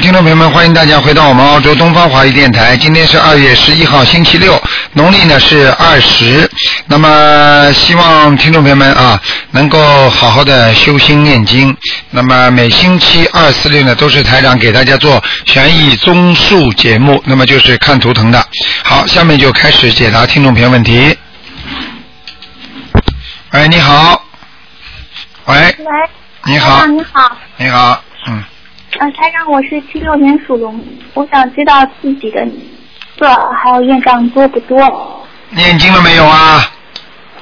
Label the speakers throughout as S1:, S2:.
S1: 听众朋友们，欢迎大家回到我们澳洲东方华语电台。今天是二月十一号，星期六，农历呢是二十。那么希望听众朋友们啊，能够好好的修心念经。那么每星期二、四、六呢，都是台长给大家做悬疑综述节目，那么就是看图腾的。好，下面就开始解答听众朋友问题。喂，你好。喂，
S2: 喂，
S1: 你
S2: 台
S1: 好
S2: 长，你好，
S1: 你好，嗯，
S2: 呃，台长，我是七六年属龙，我想知道自己的色还有业障多不多？
S1: 念经了没有啊？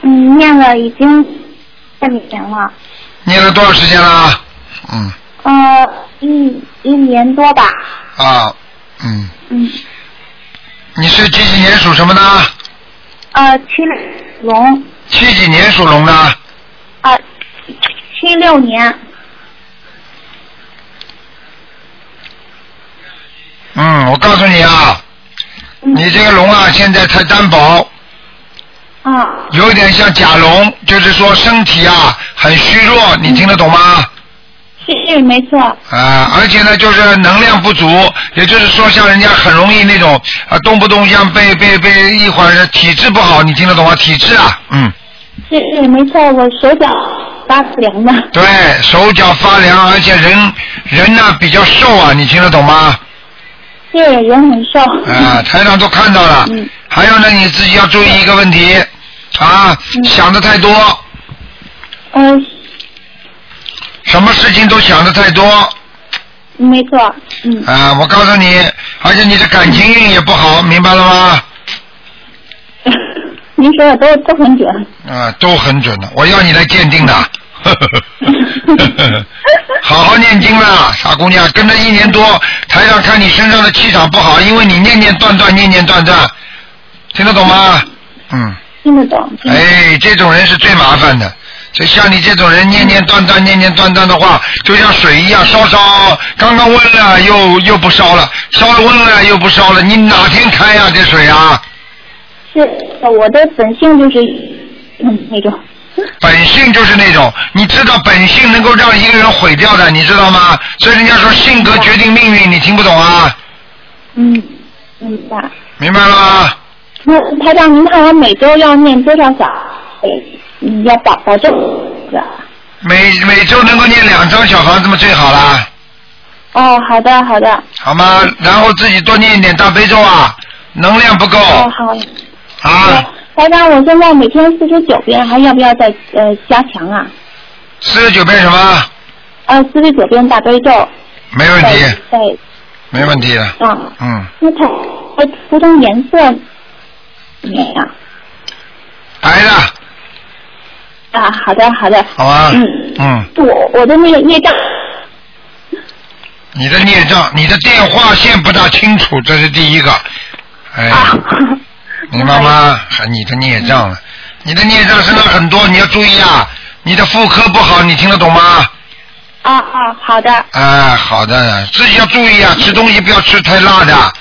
S2: 嗯，念了已经半年了，
S1: 念了多少时间了？嗯，
S2: 呃，一一年多吧，
S1: 啊，嗯，
S2: 嗯，
S1: 你是几几年属什么的？
S2: 呃，七六龙，
S1: 七几年属龙的？
S2: 啊、呃，七六年，
S1: 嗯，我告诉你啊，
S2: 嗯，
S1: 你这个龙啊，现在太单薄，
S2: 啊，
S1: 有点像甲龙，就是说身体啊很虚弱，你听得懂吗？
S2: 是是没错，
S1: 啊，而且呢，就是能量不足，也就是说，像人家很容易那种啊，动不动像被被被一会儿体质不好，你听得懂吗？体质啊，嗯，
S2: 是是没错，我手脚发凉的，
S1: 对，手脚发凉，而且人人呢、比较瘦啊，你听得懂吗？
S2: 是人很瘦，
S1: 啊，台长都看到了。
S2: 嗯
S1: 还有呢，你自己要注意一个问题，啊，
S2: 嗯
S1: 想的太多，
S2: 嗯、
S1: 什么事情都想的太多，
S2: 呃，没错，嗯，
S1: 啊，我告诉你，而且你的感情运也不好，明白了吗？
S2: 您说的都都很准。
S1: 啊，都很准的，我要你来鉴定的。 呵呵呵呵呵好好念经啦，傻姑娘，跟着一年多，台上看你身上的气场不好，因为你念念断断，念念断断，听得懂吗？嗯。
S2: 听得懂。听得懂
S1: 哎，这种人是最麻烦的。所以像你这种人念念断断念念断断的话，就像水一样烧烧，刚刚温了又又不烧了，烧了温了又不烧了，你哪天开呀、这水啊？
S2: 是呃我的本性就是嗯那种，
S1: 本性就是那种，你知道本性能够让一个人毁掉的，你知道吗？所以人家说性格决定命运，你听不懂啊？
S2: 嗯，明白。
S1: 明白了吗？
S2: 那台长，您看我每周要念多少小？哎，嗯要保保证的。
S1: 每每周能够念两张小房子嘛最好啦，
S2: 哦，好的，好的。
S1: 好吗？然后自己多念一点大悲咒啊，能量不够
S2: 哦，好。
S1: 啊。
S2: 台长，我现在每天四十九遍，还要不要再呃加强啊？
S1: 四十九遍什么？
S2: 呃，四十九遍大悲咒。
S1: 没问
S2: 再
S1: 题，
S2: 再呃
S1: 没问题的。
S2: 啊，
S1: 嗯，
S2: 那它呃涂成颜色啊怎么样？
S1: 白的，
S2: 啊，好的，好的。
S1: 好吧？
S2: 嗯
S1: 嗯，
S2: 我我的那个业障，
S1: 你的孽障，你的电话线不大清楚，这是第一个。哎，
S2: 啊，
S1: 你妈妈喊你的孽障了，你的孽障身上很多，你要注意啊。你的妇科不好，你听得懂吗？
S2: 啊啊，好的，
S1: 啊，好的，自己要注意啊，吃东西不要吃太辣的。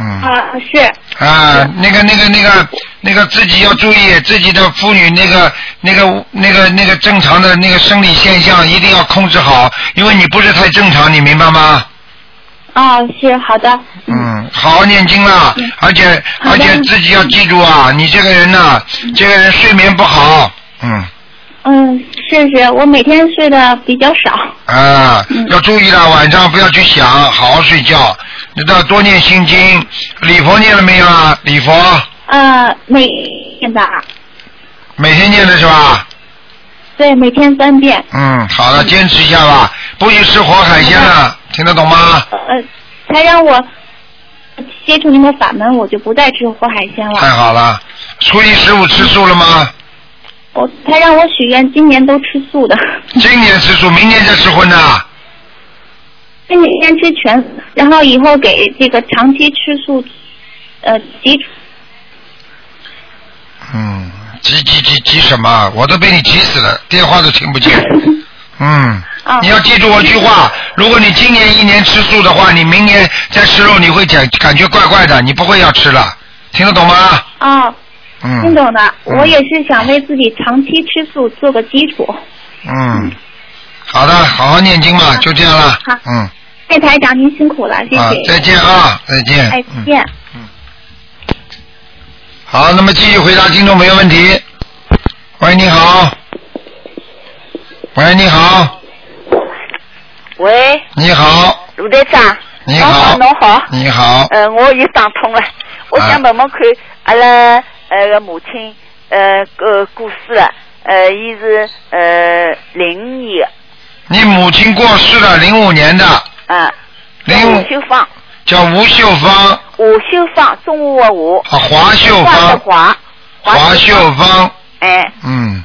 S1: 嗯。
S2: 啊是，
S1: 啊，那个、那个、那个、那个，自己要注意自己的妇女那个、那个、那个、那个正常的那个生理现象一定要控制好，因为你不是太正常，你明白吗？
S2: 啊是好的，
S1: 嗯，好好念经啦
S2: 嗯，
S1: 而且
S2: 好的
S1: 而且自己要记住啊，你这个人呐、这个人睡眠不好，嗯
S2: 嗯是是，我每天睡的比较少，
S1: 啊
S2: 嗯，
S1: 要注意啦，晚上不要去想，好好睡觉，你要多念心经，礼佛念了没有啊？礼佛
S2: 呃每啊天吧，
S1: 每天念的是吧？
S2: 对，每天三遍，
S1: 嗯，好的，坚持一下吧，不许吃活海鲜了，听得懂吗？
S2: 呃才让我接触您的法门，我就不再吃活海鲜
S1: 太
S2: 了。
S1: 好了，初一十五吃素了吗？
S2: 我才让我许愿，今年都吃素的，
S1: 今年吃素，明年再吃荤的。
S2: 今年吃全，然后以后给这个长期吃素，呃基础
S1: 嗯，急急急急什么？我都被你急死了，电话都听 不见。嗯
S2: 啊，
S1: 你要记住我句话，如果你今年一年吃素的话，你明年再吃肉，你会感感觉怪怪的，你不会要吃了，听得懂吗？
S2: 啊。听
S1: 嗯
S2: 懂的，
S1: 嗯
S2: 我也是想为自己长期吃素做个基础。
S1: 嗯，好的，好好念经吧，就这样了
S2: 好。
S1: 嗯，
S2: 哎，
S3: 谢台长，您辛苦了，谢谢。
S1: 啊，再见啊，再
S3: 哎，
S1: 见。
S3: 再
S1: 嗯
S3: 见。
S1: 好，那么继续回答听众朋友问题。喂，你好。喂，你好，
S2: 喂，
S1: 你好，
S2: 卢队长，
S1: 你
S2: 好，
S1: 好，
S2: 侬好，
S1: 你好，
S2: 呃，我又打通了，我想问问看，阿拉呃个母亲呃个过世了，呃，伊是呃零五年
S1: 你母亲过世了，零五年的，
S2: 的，啊，
S1: 零五
S2: 吴秀芳，
S1: 叫吴秀芳啊，
S2: 吴秀芳，中啊华的吴，
S1: 华秀
S2: 华的
S1: 芳，
S2: 华，
S1: 华秀，芳，
S2: 哎，
S1: 嗯，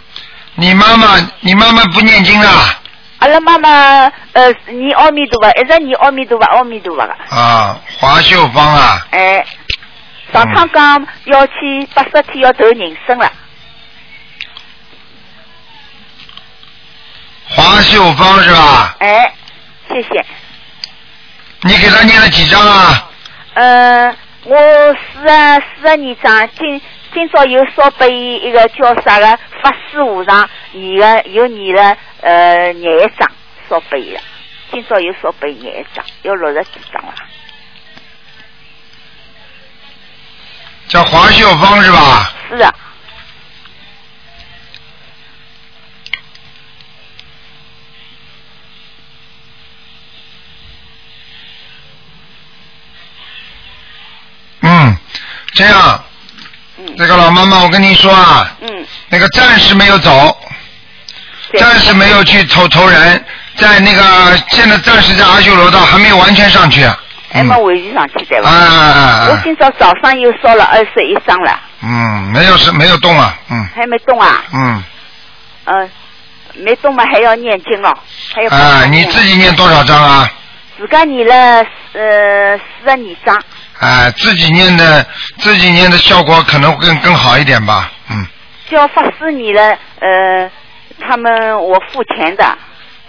S1: 你妈妈，你妈妈不念经啊？
S2: 阿拉妈妈呃念阿弥陀佛，一直念阿弥陀佛，阿弥陀佛个，
S1: 啊，华秀芳啊，
S2: 哎，上趟
S1: 嗯
S2: 讲要去八十天要投人参了，
S1: 华秀芳是吧？
S2: 哎，谢谢。
S1: 你给她念了几张啊？
S2: 呃，我四十四十二章，今今朝又烧拨伊一个叫啥个法师和尚，念了又念了呃廿一章，烧拨伊了。今朝又烧拨伊廿一章，要六十几章了。
S1: 叫华秀芳是吧？
S2: 是啊，
S1: 嗯，这样，
S2: 嗯
S1: 那个老妈妈，我跟你说啊，
S2: 嗯，
S1: 那个暂时没有走，
S2: 对
S1: 暂时没有去投投人，在那个现在暂时在阿修罗道还没有完全上去。
S2: 还没
S1: 嗯
S2: 回去上去对
S1: 啊
S2: 伐？
S1: 啊啊
S2: 我
S1: 啊！
S2: 今朝早上又烧了二十一章了，
S1: 嗯，没有是没有动啊，嗯
S2: 还没动啊？
S1: 嗯
S2: 嗯、没动嘛，还要念经哦，还要
S1: 啊，你自己念多少章啊？
S2: 自家念了呃四十二章，
S1: 啊，自己念的自己念的效果可能更更好一点吧，嗯，
S2: 叫法师你了，呃，他们我付钱的，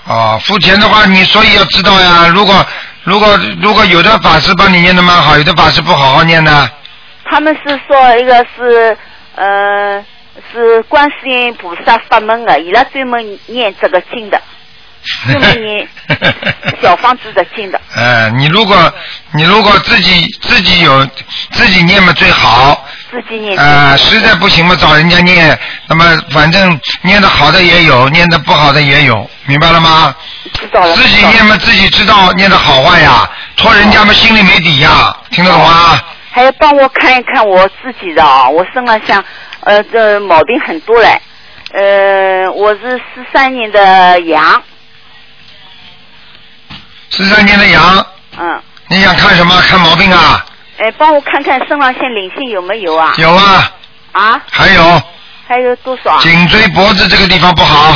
S1: 哦，付钱的话，你所以要知道呀，如果如果如果有的法师帮你念的蛮好，有的法师不好好念呢，
S2: 他们是说一个是呃是观世音菩萨法门的，伊拉专门念这个经的，专 门念小方子的经的，
S1: 呃，你如果你如果自己自己有自己念嘛最好，
S2: 自己念经。
S1: 呃，实在不行嘛找人家念，那么反正念的好的也有，念的不好的也有，明白了吗？
S2: 知道了，
S1: 自己
S2: 知道了哦
S1: 念嘛自己知道念的好坏呀，托人家嘛心里没底呀，听得懂吗？
S2: 还要帮我看一看我自己的啊，我身上像呃这毛病很多嘞，呃，我是四三年的羊，
S1: 十三年的羊，
S2: 嗯，
S1: 你想看什么？看毛病啊？
S2: 哎，帮我看看身上线灵性有没有啊？
S1: 有啊，
S2: 啊，
S1: 还有
S2: 还有多少啊？
S1: 颈椎脖子这个地方不好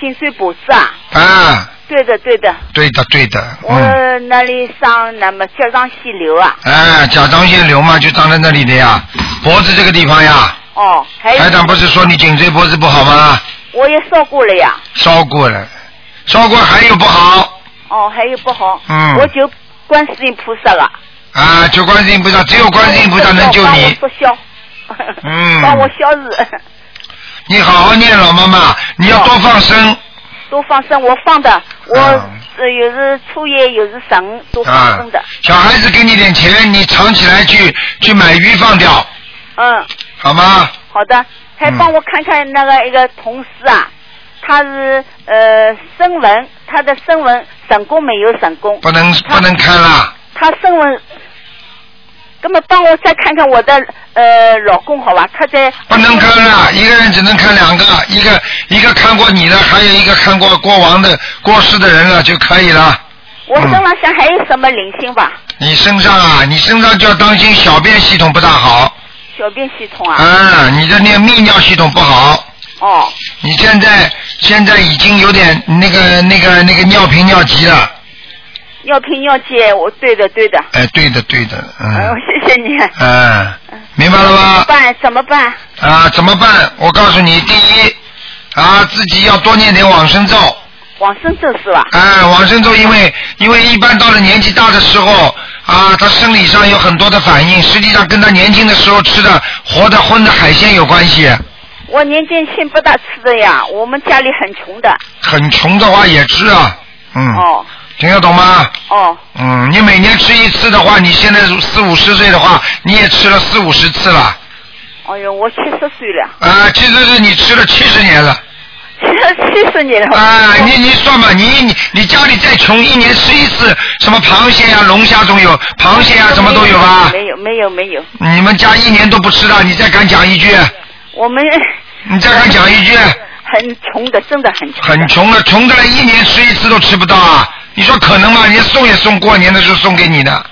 S2: 颈椎脖子啊，
S1: 啊，
S2: 对的对的，
S1: 对的对的，嗯，
S2: 我那里上那么甲状腺瘤啊，
S1: 哎，甲状腺瘤嘛就长在那里的呀，脖子这个地方呀。
S2: 哦，还有
S1: 台长不是说你颈椎脖子不好吗？
S2: 我也烧过了呀，
S1: 烧过了，烧过还有不好
S2: 哦，还有不好，
S1: 嗯
S2: 我就观世音菩萨了，
S1: 啊！求观世音菩萨，只有观世音菩萨能救你。
S2: 帮我消，
S1: 嗯
S2: 帮我消日，
S1: 你好好念老妈妈，你要多放生
S2: 多放生，我放的，我
S1: 嗯
S2: 呃有时初一有时十五多放
S1: 啊
S2: 生的，！
S1: 小孩子给你点钱，你藏起来去去买鱼放掉，
S2: 嗯，
S1: 好吗？
S2: 好的，还
S1: 嗯
S2: 帮我看看那个一个同事啊。他是呃声纹，他的声纹成功没有成功？
S1: 不能不能看啦，
S2: 他声纹，那么帮我再看看我的呃老公好吧？他在
S1: 不能看啦，一个人只能看两个，一个一个看过你的，还有一个看过过往的过世的人了就可以了。
S2: 我身上想还有什么灵性吧？
S1: 你身上啊，你身上就要当心小便系统不大好。
S2: 小便系统啊？
S1: 啊，你的那泌尿系统不好，
S2: 哦，
S1: 你现在现在已经有点那个那个那个尿频尿急了。
S2: 尿频尿急，我对的对的。
S1: 哎，对的对的，
S2: 哎呦
S1: 嗯，
S2: 谢谢你。
S1: 嗯、明白了
S2: 怎么
S1: 吗？
S2: 办？怎么办？
S1: 啊，怎么办？我告诉你，第一，啊，自己要多念点往生咒。
S2: 往生咒是吧？
S1: 哎、往生咒，因为因为一般到了年纪大的时候，啊，他生理上有很多的反应，实际上跟他年轻的时候吃的活的荤的海鲜有关系。
S2: 我年纪轻不大吃的呀，我们家里很穷的。
S1: 很穷的话也吃啊，嗯。
S2: 哦，
S1: 听得懂吗？
S2: 哦，
S1: 嗯，你每年吃一次的话，你现在四五十岁的话，你也吃了四五十次了，
S2: 哎哟，我七十岁了，
S1: 啊，其实是你吃了七十年了，
S2: 七七十年了。
S1: 啊，你你算吧，你你你家里再穷，一年吃一次什么螃蟹呀、龙虾总有，螃蟹呀、啊什么都有吧？
S2: 没有没有没有，
S1: 你们家一年都不吃的，你再敢讲一句，
S2: 我们
S1: 你再敢讲一句，
S2: 很穷的，真的很穷。
S1: 很。穷了，穷的了一年吃一次都吃不到啊！你说可能吗？人家送也送过年的时候送给你的。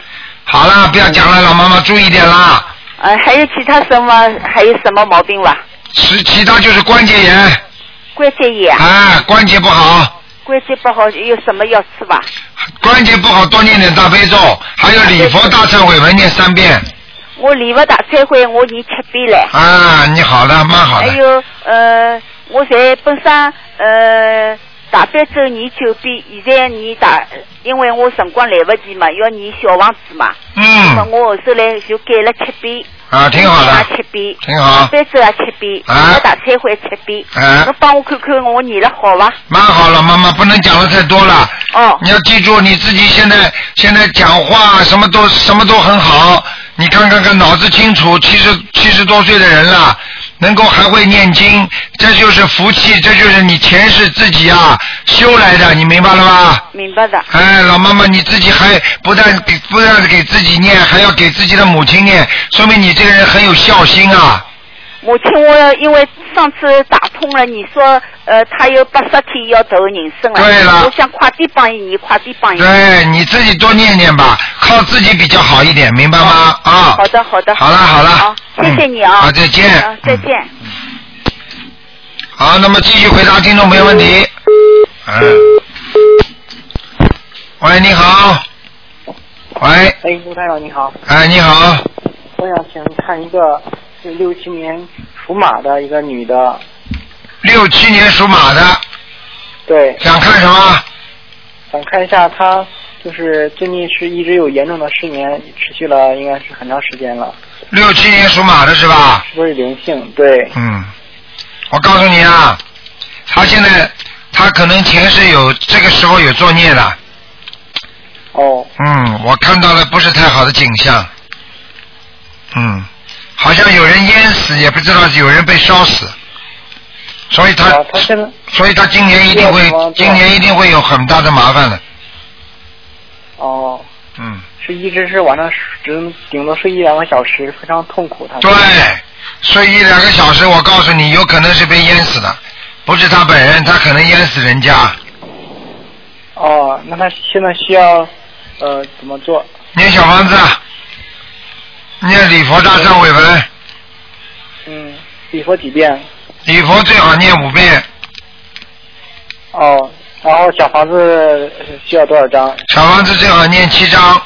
S1: 好了，不要讲了，老妈妈注意点啦。
S2: 呃，还有其他什么？还有什么毛病吧？
S1: 其其他就是关节炎，
S2: 关节炎，
S1: 啊，关节不好，
S2: 关节不好，有什么要吃吧？
S1: 关节不好多念点大悲咒，还有礼佛大忏悔文念三遍。
S2: 我礼佛大忏悔，我已经七遍了。
S1: 啊，你好了，蛮好
S2: 还
S1: 的。
S2: 有呃，我在本身呃大悲咒念九遍，现在念大，因为我辰光来不及嘛，要念小房子嘛，那么
S1: 嗯，
S2: 我后头来就改了七遍。
S1: 啊，挺好
S2: 也
S1: 的，
S2: 七遍，
S1: 挺好
S2: 大悲咒也七遍，
S1: 啊
S2: 礼佛大忏悔七遍。
S1: 啊
S2: 侬帮我看看我念了好伐？
S1: 蛮好了，妈妈不能讲的太多了。
S2: 哦，
S1: 你要记住，你自己现在现在讲话什么都什么都很好，你看看看脑子清楚，七十七十多岁的人了，能够还会念经，这就是福气，这就是你前世自己啊修来的，你明白了吗？
S2: 明白的。
S1: 哎，老妈妈，你自己还不但给不但给自己念，还要给自己的母亲念，说明你这个人很有孝心啊。
S2: 母亲，我因为上次打通了，你说呃，她有八十天要投人生了，
S1: 对了
S2: 我想快点帮伊念，快点帮伊念。
S1: 对，你自己多念念吧，靠自己比较好一点，明白吗？
S2: 哦
S1: 啊。
S2: 好的，好的。
S1: 好了好了
S2: 好，谢谢你啊。
S1: 嗯好再见嗯
S2: 好再见。
S1: 好，那么继续回答听众朋友问题。嗯。喂，你好。喂，
S4: 哎，卢台长你好，
S1: 哎，你好，
S4: 我想请看一个是六七年属马的一个女的，
S1: 六七年属马的，
S4: 对，
S1: 想看什么？
S4: 想看一下她就是最近是一直有严重的失眠，持续了应该是很长时间了，
S1: 六七年属马的是吧？
S4: 是不是灵性？对，
S1: 嗯，我告诉你啊，他现在他可能前世有这个时候有作孽的，
S4: 哦，
S1: 嗯，我看到了不是太好的景象，嗯，好像有人淹死，也不知道有人被烧死，所以他
S4: 啊，她现在
S1: 所以他今年一定
S4: 对
S1: 会，
S4: 对
S1: 今年一定会有很大的麻烦的。
S4: 哦，
S1: 嗯，
S4: 是一直是晚上只能顶多睡一两个小时，非常痛苦。她
S1: 对，睡一两个小时，我告诉你，有可能是被淹死的，不是他本人，他可能淹死人家。
S4: 哦，那她现在需要呃怎么做？
S1: 念小房子，啊
S4: 啊
S1: 念礼佛大忏悔文，
S4: 嗯，你说几遍？
S1: 礼佛最好念五遍，
S4: 哦，然后小房子需要多少张？
S1: 小房子最好念七章。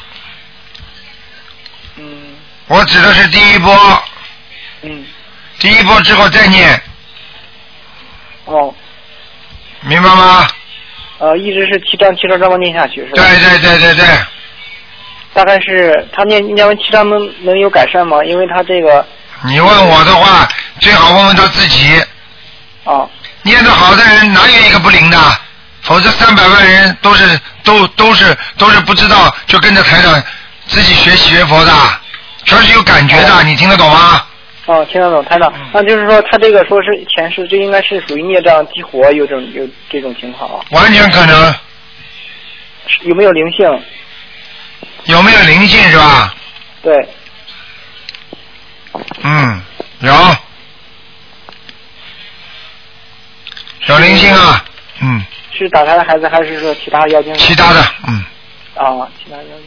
S4: 嗯
S1: 我指的是第一波，
S4: 嗯，
S1: 第一波之后再念，
S4: 哦。
S1: 明白吗？
S4: 呃，一直是七张七张这么念下去是吧？
S1: 对对对对对，
S4: 大概是他念念完七张能能有改善吗？因为他这个
S1: 你问我的话，最好问问他自己。
S4: 啊
S1: 念得好的人哪有一个不灵的？否则三百万人都是都都是都是不知道，就跟着台长自己学习学佛的，全是有感觉的，
S4: 哦
S1: 你听得懂吗？
S4: 哦，听得懂台长
S1: 嗯，
S4: 那就是说他这个说是前世，这应该是属于孽障激活，有这种有这种情况啊？
S1: 完全可能，
S4: 是有没有灵性？
S1: 有没有灵性是吧？
S4: 对，
S1: 嗯，有，有灵性啊，嗯，
S4: 是打胎的孩子还是说其他妖精？
S1: 其他的，嗯，
S4: 啊，其他妖精。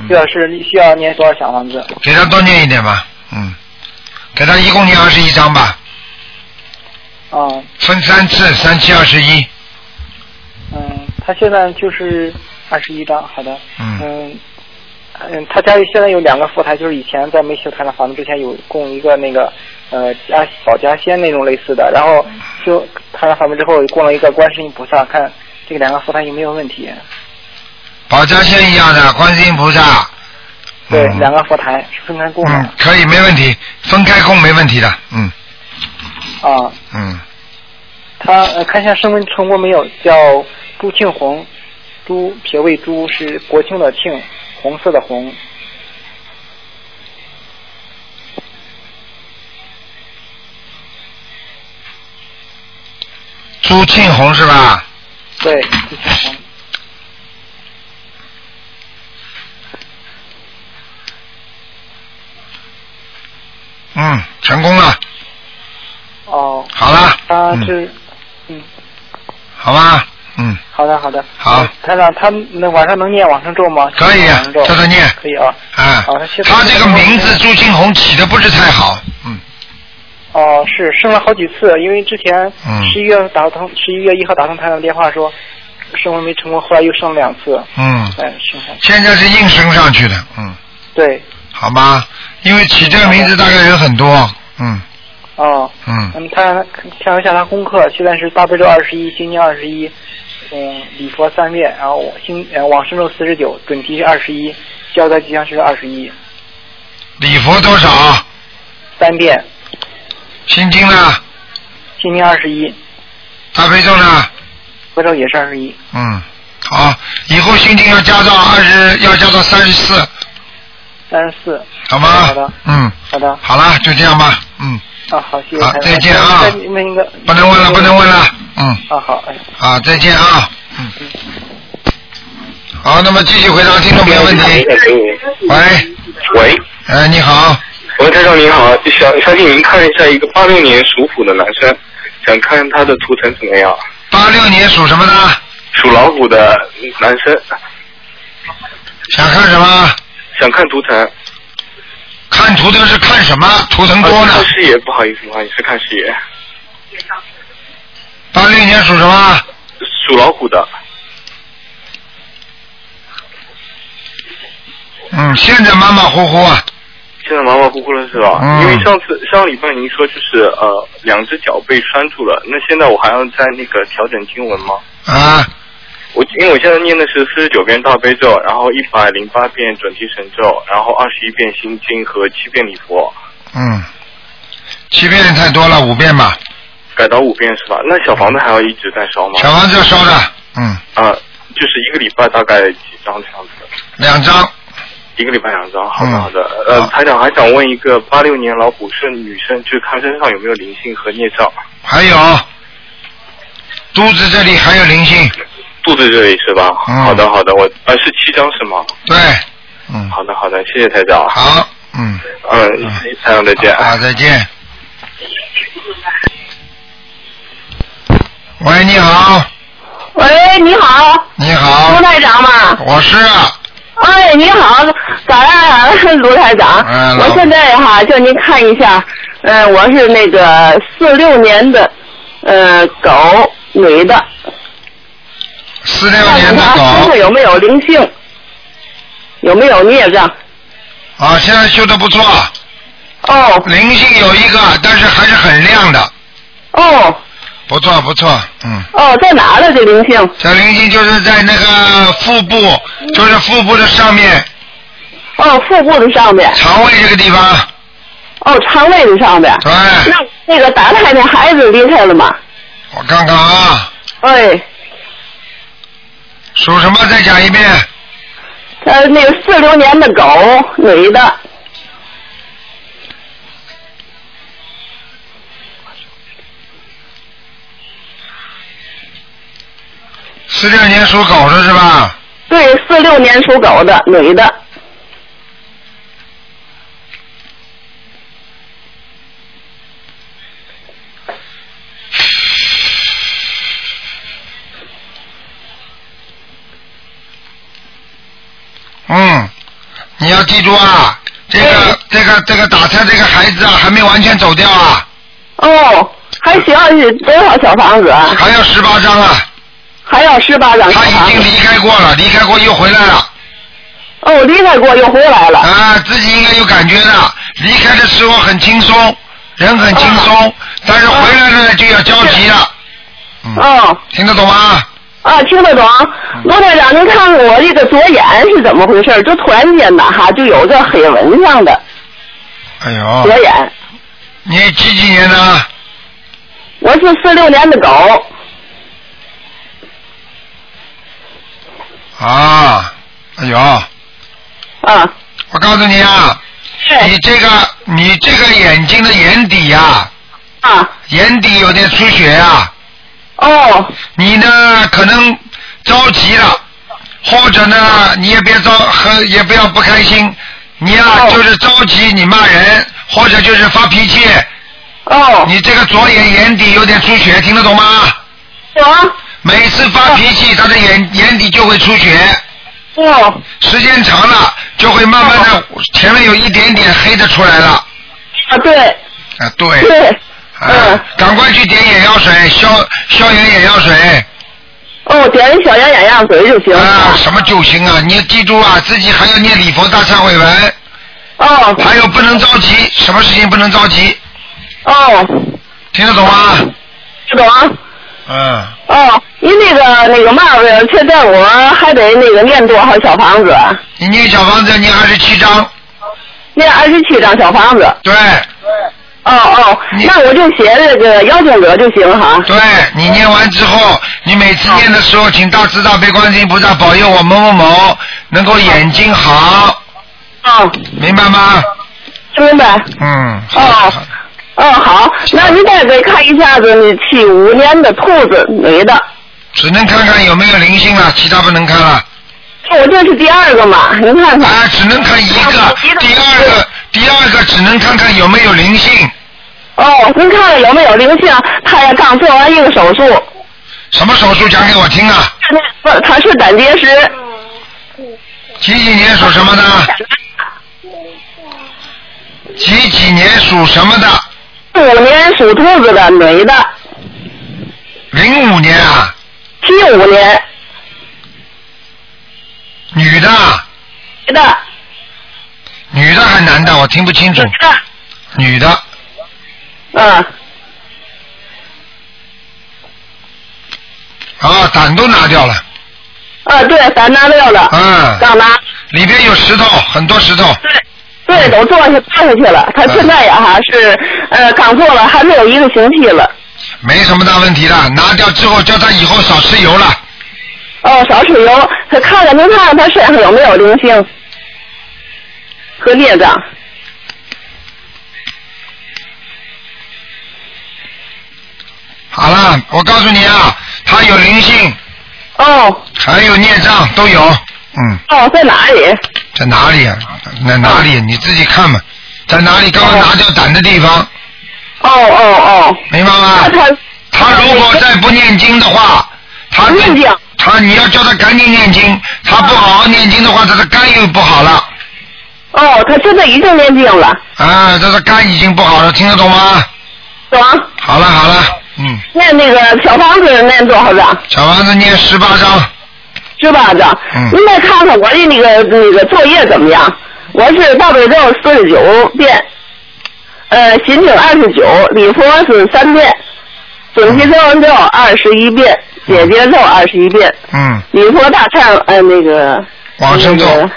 S1: 嗯
S4: 这是需要念多少小房子？
S1: 给他多念一点吧，嗯，给他一共念二十一章吧，
S4: 啊，
S1: 分三次，三七二十一，
S4: 嗯，他现在就是二十一张，好的。
S1: 嗯，
S4: 嗯，嗯，他家里现在有两个佛台，就是以前在没修台的房子之前有供一个那个呃家保家仙那种类似的，然后修台的房子之后又供了一个观世音菩萨，看这个两个佛台有没有问题？
S1: 嗯保家仙一样的观世音菩萨，
S4: 对，
S1: 嗯
S4: 两个佛台是分开供的、
S1: 嗯，可以，没问题，分开供没问题的，嗯
S4: 啊。
S1: 嗯，
S4: 他、呃、看一下声纹成功没有？叫朱庆红，朱撇位朱是国庆的庆，红色的红。
S1: 朱庆红是吧？
S4: 对，朱庆红。
S1: 嗯，成功了，
S4: 哦，
S1: 好了，
S4: 他
S1: 嗯
S4: 是，嗯，
S1: 好吧，嗯，
S4: 好的好的。
S1: 好
S4: 嗯。台长，他那晚上能念往生咒吗？
S1: 可以
S4: 往生咒
S1: 这次念
S4: 可以啊。
S1: 啊
S4: 好的谢谢，
S1: 他这个名字朱庆红起的不是太好，嗯，
S4: 哦，是生了好几次，因为之前
S1: 嗯
S4: 十一月打通，十一月一号打通台长电话说生活没成功，后来又生了两次，
S1: 嗯，
S4: 哎，生下
S1: 现在是硬升上去的，嗯，
S4: 对，
S1: 好吧，因为起这个名字大概人很多，嗯
S4: 哦，
S1: 嗯，
S4: 嗯，他看了一下他功课，现在是大悲咒二十一，心经二十一，嗯，礼佛三遍，然后我心呃往生咒四十九，准提是二十一，消灾吉祥是二十一，
S1: 礼佛多少？
S4: 三遍，
S1: 心经呢？
S4: 心经二十一，
S1: 大悲咒呢？
S4: 佛咒也是二十一，
S1: 嗯，好，以后心经要加到二十，要加到三十四，
S4: 三十四，
S1: 好吗？
S4: 好的
S1: 嗯，
S4: 好的，
S1: 好了，就这样吧，嗯，
S4: 啊好，谢谢
S1: 好
S4: 台长
S1: 再见啊
S4: 再问一个，
S1: 不能问了，不能问了，嗯。
S4: 啊好，哎。
S1: 啊，再见啊。嗯。好，那么继续回答听众朋友问题。喂，
S5: 哎喂，
S1: 哎，你好，
S5: 喂，台长您好，想想请您看一下一个八六年属虎的男生，想看他的图腾怎么样？
S1: 八六年属什么的？
S5: 属老虎的男生
S1: 想看什么？
S5: 想看图腾，
S1: 看图腾是看什么？图腾多
S5: 啊
S1: 呢
S5: 看？视野，不好意思，不好意思，看视野，
S1: 八六年属什么？
S5: 属老虎的，
S1: 嗯，现在马马虎虎啊。
S5: 现在马马虎虎了是吧？
S1: 嗯
S5: 因为上次上个礼拜您说就是呃两只脚被拴住了，那现在我还要再那个调整经文吗？
S1: 啊，
S5: 我因为我现在念的是四十九遍大悲咒，然后一百零八遍准提神咒，然后二十一遍心经和七遍礼佛，
S1: 嗯，七遍太多了，五遍吧。
S5: 改到五遍是吧？那小房子还要一直在烧吗？
S1: 小房子要烧的，嗯，
S5: 啊、就是一个礼拜大概几张这样子，
S1: 两张。
S5: 一个礼拜两张。好的
S1: 嗯
S5: 好的，呃
S1: 好，
S5: 台长还想问一个八六年老虎是女生，就是看身上有没有灵性和孽障，
S1: 还有，肚子这里还有灵性，
S5: 肚子这里是吧？
S1: 嗯
S5: 好的好的，我呃是七张是吗？
S1: 对，嗯，
S5: 好的好的，谢谢台长。
S1: 好，嗯，
S5: 嗯，台长再见。
S1: 好，再见。喂，你好，
S6: 喂，你好，
S1: 你
S6: 卢
S1: 好，
S6: 台长吗？
S1: 我是啊，
S6: 哎，你好，早安， 卢台长。
S1: 哎老
S6: 我现在哈，叫您看一下，呃，我是那个四六年的，呃，狗，女的，
S1: 四六
S6: 看
S1: 年
S6: 看
S1: 的
S6: 她身上
S1: 狗
S6: 有没有灵性，有没有孽障？
S1: 啊，现在修的不错，
S6: 哦
S1: 灵性有一个，但是还是很亮的，
S6: 哦
S1: 不错不错，嗯，
S6: 哦，在哪儿了这灵性？
S1: 这灵性就是在那个腹部，就是腹部的上面，
S6: 哦，腹部的上面，
S1: 肠胃这个地方，
S6: 哦，肠胃的上面。
S1: 对，
S6: 那那个打胎那孩子离开了吗？
S1: 我看看啊，
S6: 哎，
S1: 属什么？再讲一遍，
S6: 呃，那个四六年的狗，女的。
S1: 四六年属狗的是吧？
S6: 对，四六年属狗的女的。
S1: 嗯，你要记住啊，这
S6: 嗯
S1: 个这个这个打胎这个孩子啊，还没完全走掉啊，
S6: 哦，还行，是多少小房子？啊？
S1: 还有十八张啊，
S6: 还要十八张小
S1: 他
S6: 房
S1: 已经
S6: 子。
S1: 离开过了，离开过又回来了，
S6: 哦，离开过又回来了。
S1: 啊，自己应该有感觉的，离开的时候很轻松，人很轻
S6: 哦
S1: 松，但是回来了就要焦急了，嗯，
S6: 哦，
S1: 听得懂吗？
S6: 啊，听得懂。
S1: 嗯
S6: 罗队长，您看看我这个左眼是怎么回事？就突然间吧，哈，就有这黑纹上的
S1: 哎
S6: 左
S1: 呦，
S6: 眼。
S1: 你几几年的？
S6: 我是四六年的狗。
S1: 啊，哎呦，
S2: 啊，
S1: 我告诉你啊，你
S2: 是
S1: 这个你这个眼睛的眼底呀、
S2: 啊，
S1: 眼底有点出血啊，
S2: 哦，
S1: 你呢可能着急了，或者呢你也别着和也不要不开心，你呀、
S2: 哦
S1: 就是着急你骂人，或者就是发脾气，
S2: 哦，
S1: 你这个左眼眼底有点出血，听得懂吗？
S2: 有啊，
S1: 每次发脾气，他的眼眼底就会出血，
S2: 哦，
S1: 时间长了就会慢慢的前面有一点点黑的出来了。
S2: 啊，对，
S1: 啊，对，
S2: 对，
S1: 啊，赶快去点眼药水，消消炎眼药水。
S2: 哦，点一小眼眼药水就行。
S1: 啊，什么救星啊！你要记住啊，自己还要念礼佛大忏悔文，
S2: 哦，
S1: 还有不能着急，什么事情不能着急，
S2: 哦，
S1: 听得懂吗？
S2: 知道啊。
S1: 嗯，
S2: 哦，您那个那个嘛，现在我还得那个念多少小房子？
S1: 你念小房子念二十七章，
S2: 念二十七张小房子。
S1: 对
S2: 哦哦
S1: 你，
S2: 那我就写这个邀请者就行哈。
S1: 对，你念完之后，你每次念的时候，请大慈大悲观世音菩萨保佑我某某某能够眼睛好，
S2: 哦，
S1: 明白吗？
S2: 明白。
S1: 嗯，好的
S2: 哦
S1: 好的，
S2: 哦，好，那您再给看一下子你七五年的兔子女的，
S1: 只能看看有没有灵性了，其他不能看了。
S2: 哦我这是第二个嘛，您看看。
S1: 啊，只能看一个，第二个，第二个只能看看有没有灵性。
S2: 哦，您看看有没有灵性？啊他也刚做完一个手术，
S1: 什么手术讲给我听啊？
S2: 不，他是胆结石。
S1: 几几年属什么的？几几年属什么的？
S2: 五年属兔子的女的，
S1: 零五年啊，
S2: 七五年
S1: 女的啊，
S2: 女的，
S1: 女的还男的？我听不清楚
S2: 女。的，
S1: 女的，
S2: 嗯，
S1: 啊，胆都拿掉了，
S2: 啊，对，咱拿六了，
S1: 嗯，
S2: 刚拿，
S1: 里边有石头，很多石头，
S2: 对，对，都坐下坐下去了。
S1: 嗯
S2: 他现在呀哈是，呃，刚做了，还没有一个星期了。
S1: 没什么大问题的。拿掉之后，叫他以后少吃油了。
S2: 哦，少吃油，他看看您看看他身上有没有灵性和孽障。
S1: 好了，我告诉你啊，他有灵性，
S2: 哦
S1: 还有孽障都有。嗯，
S2: 哦，在哪里？嗯
S1: 在哪里啊？在哪里？你自己看吧，在哪里？刚刚拿掉胆的地方，
S2: 哦哦哦，
S1: 明白
S2: 那
S1: 吗？
S2: 他
S1: 他如果再不念经的话，他
S2: 不念经
S1: 他你要叫他赶紧念经，他不好好念经的话，他的肝又不好了
S2: 哦，他现在已经念经了，
S1: 啊，他的肝已经不好了，听得懂吗？
S2: 走啊，
S1: 好了好了，嗯，
S2: 念那个小房子念多少张？
S1: 小王子念十八章，
S2: 十八张。
S1: 嗯
S2: 您再看看我的那个那个作业怎么样？我是大悲咒四十九遍，呃，心经二十九，礼佛是三遍，准提咒咒二十一遍，解结咒二十一遍，
S1: 嗯，
S2: 礼佛大忏呃那个
S1: 往生咒
S2: 那，个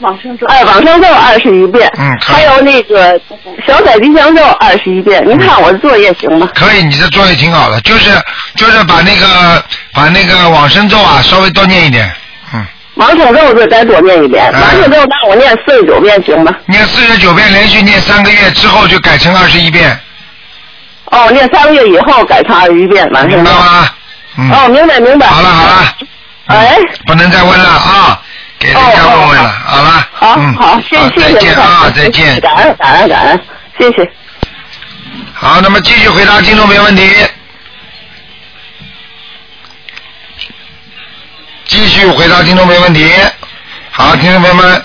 S7: 往生咒
S2: 哎，往生咒二十一遍，
S1: 嗯可以
S2: 还有那个小仔吉祥咒二十一遍。您看我的作业行吗？
S1: 嗯可以，你的作业挺好的，就是就是把那个把那个往生咒啊稍微多念一点，嗯，
S2: 往生咒就再多念一遍，
S1: 哎
S2: 往生咒那我念四十九遍行吗？
S1: 念四十九遍，连续念三个月之后就改成二十一遍，
S2: 哦，念三个月以后改成二十一遍完事
S1: 明白
S2: 了。
S1: 吗？嗯，
S2: 哦，明白明白。
S1: 好了好了。
S2: 哎，
S1: 嗯
S2: 哦
S1: 不能再问了啊，给人家问问了，好了，
S2: 好
S1: 嗯，
S2: 好，谢谢
S1: 再
S2: 谢谢
S1: 见啊，再见。
S2: 感恩感恩感恩，谢谢。
S1: 好，那么继续回答听众朋友问题。继续回答听众朋友问题。好，听众朋友们，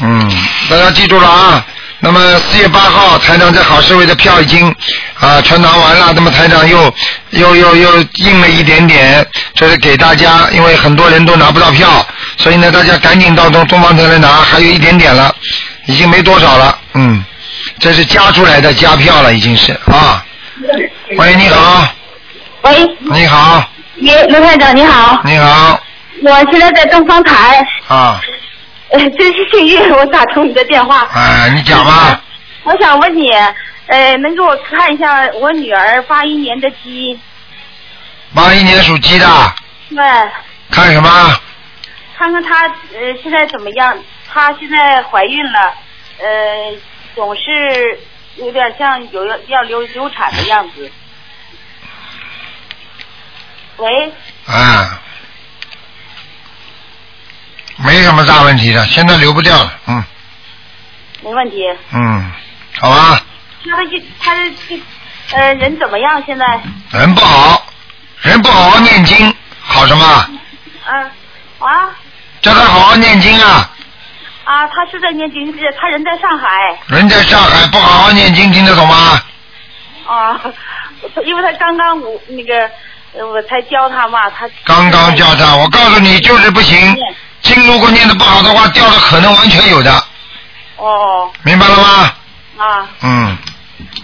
S1: 嗯，大家记住了啊。那么四月八号，台长在好市委的票已经啊传达完了，那么台长又又又又印了一点点，这是给大家，因为很多人都拿不到票，所以呢，大家赶紧到东东方台来拿，还有一点点了，已经没多少了，嗯。这是加出来的加票了，已经是啊。喂，你好，
S7: 喂，
S1: 你好，
S7: 你卢台长你好，
S1: 你好，
S7: 我现在在东方台，
S1: 啊，
S7: 呃，真是幸运，我打通你的电话。
S1: 哎，你讲吧，
S7: 我想问你，呃，能给我看一下我女儿八一年的鸡？
S1: 八一年属鸡的，
S7: 对，
S1: 看什么？
S8: 看看她呃现在怎么样？她现在怀孕了，呃，总是有点像有要要流流产的样子。喂，
S1: 啊，没什么大问题的，现在流不掉了，嗯
S8: 没问题。
S1: 嗯，好吧，
S8: 她的她的这呃人怎么样？现在
S1: 人不好，人不好好念经，好什么？
S8: 嗯啊
S1: 叫他好好念经啊！
S8: 啊，她是在念经，她人在上海。
S1: 人在上海不好好念经，听得懂吗？
S8: 啊， 因为他刚刚我那个，呃我才教他嘛，他
S1: 刚刚叫他，我告诉你就是不行，经如果念的不好的话，掉的可能完全有的，
S8: 哦
S1: 明白了吗？
S8: 啊，
S1: 嗯，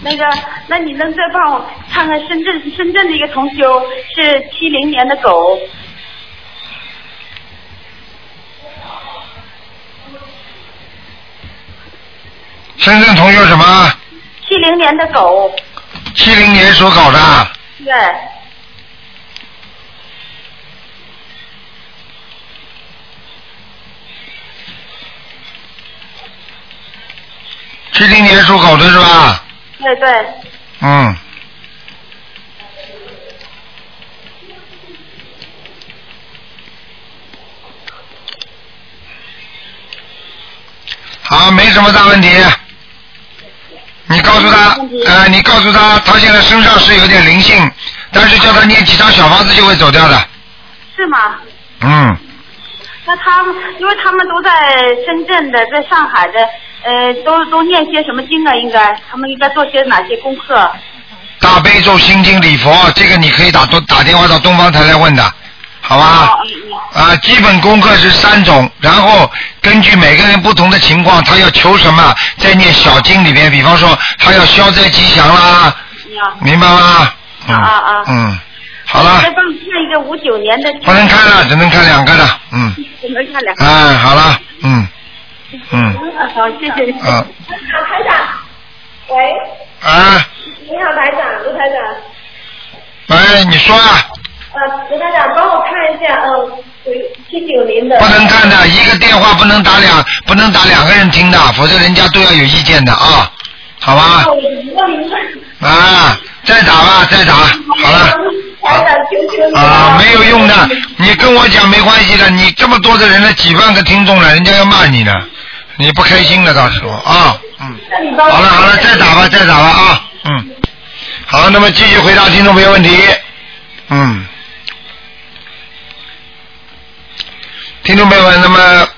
S8: 那个，那你能再帮我看看深圳深圳的一个同修是七零年的狗，
S1: 深圳同学什么？
S8: 七零年的狗，
S1: 七零年所搞的，
S8: 对，
S1: 七零年属狗的是吧？
S8: 对对，
S1: 嗯。好，没什么大问题。你告诉他，呃，你告诉他，他现在身上是有点灵性，但是叫他念几张小房子就会走掉的。
S8: 是吗？
S1: 嗯，
S8: 那他们因为他们都在深圳的，在上海的，呃，都都念些什么经啊？应该他们应该做些哪些功课？啊
S1: 大悲咒、心经、礼佛，这个你可以打东打电话到东方台来问的，好吧？
S8: 哦嗯嗯
S1: 啊，基本功课是三种，然后根据每个人不同的情况，他要求什么，在念小经里面，比方说他要消灾吉祥啦，
S8: 嗯啊
S1: 明白吗？嗯
S8: 啊啊啊
S1: 嗯，好
S8: 再
S1: 了，
S8: 帮你看一个五九年的，
S1: 不能看了，只能看两个了，嗯，
S8: 只能看两个。
S1: 哎，好了，嗯，嗯，
S8: 啊好，谢谢你。
S1: 啊，
S9: 台长，喂，
S1: 啊，
S9: 你好，台长，卢台长，
S1: 喂，你说啊，
S9: 呃，卢台长，帮我看一下，嗯，七九年的
S1: 不能看的，一个电话不能打两，不能打两个人听的，否则人家都要有意见的啊，好吧？
S9: 哦，明白明白，
S1: 啊，再打吧，再打，好了。
S9: 台长，求求你了
S1: 啊，没有用的，你跟我讲没关系的，你这么多的人了，几万个听众了，人家要骂你呢，你不开心的到时候啊，嗯，
S9: 那你帮我
S1: 好了好了，再打吧，再打吧啊，嗯，好，那么继续回答听众朋友问题，嗯，听众朋友们，那么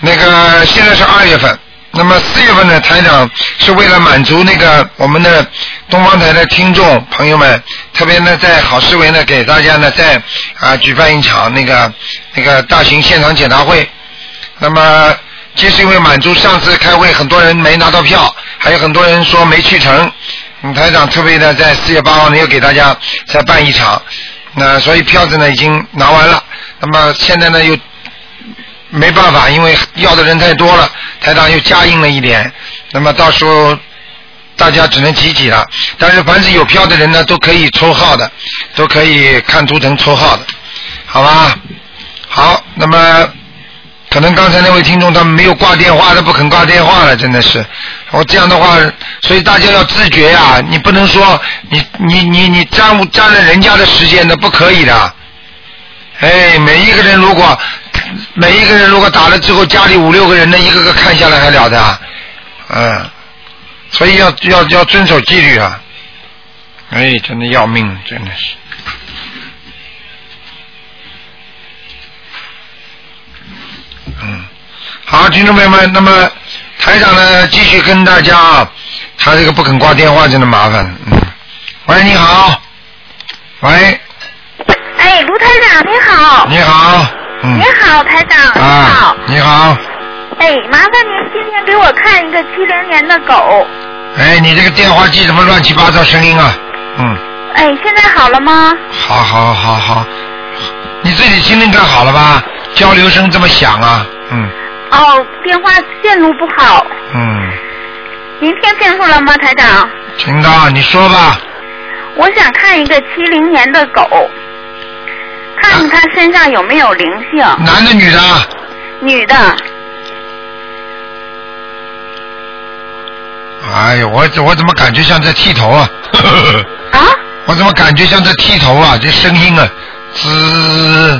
S1: 那个现在是二月份，那么四月份呢，台长是为了满足那个我们的东方台的听众朋友们，特别呢在好思维呢给大家呢再啊、举办一场那个那个大型现场解答会。那么就是因为满足上次开会很多人没拿到票，还有很多人说没去成，嗯台长特别呢在四月八号呢又给大家再办一场，那所以票子呢已经拿完了，那么现在呢又没办法，因为要的人太多了，台长又加印了一点，那么到时候大家只能集体了。但是凡是有票的人呢，都可以抽号的，都可以看图腾抽号的，好吧？好，那么可能刚才那位听众他没有挂电话，他不肯挂电话了，真的是。我这样的话，所以大家要自觉呀、你不能说你你你你耽误占了人家的时间的，不可以的。哎，每一个人如果每一个人如果打了之后，家里五六个人的一个个看下来还了得？啊嗯，所以要要要遵守纪律啊！哎，真的要命，真的是。嗯，好，听众朋友们，那么台长呢，继续跟大家啊，他这个不肯挂电话，真的麻烦。嗯，喂，你好，喂，
S2: 哎，卢台长您好，
S1: 你好，嗯
S2: 您，好，台长您好
S1: 啊，，你好。
S2: 哎，麻烦您今天给我看一个七零年的狗，
S1: 哎，你这个电话机怎么乱七八糟声音啊？嗯，
S2: 哎，现在好了吗？
S1: 好好好好，你自己听听看好了吧？交流声这么响啊？嗯
S2: 哦，电话线路不好，
S1: 嗯，
S2: 您听清楚了吗，台长？
S1: 听到你说吧。
S2: 我想看一个七零年的狗，看他身上有没有灵性。
S1: 啊男的女的？
S2: 女的，
S1: 哎呦，我我怎么感觉像在剃头啊？
S2: 啊？
S1: 我怎么感觉像在剃头啊？这声音啊，滋。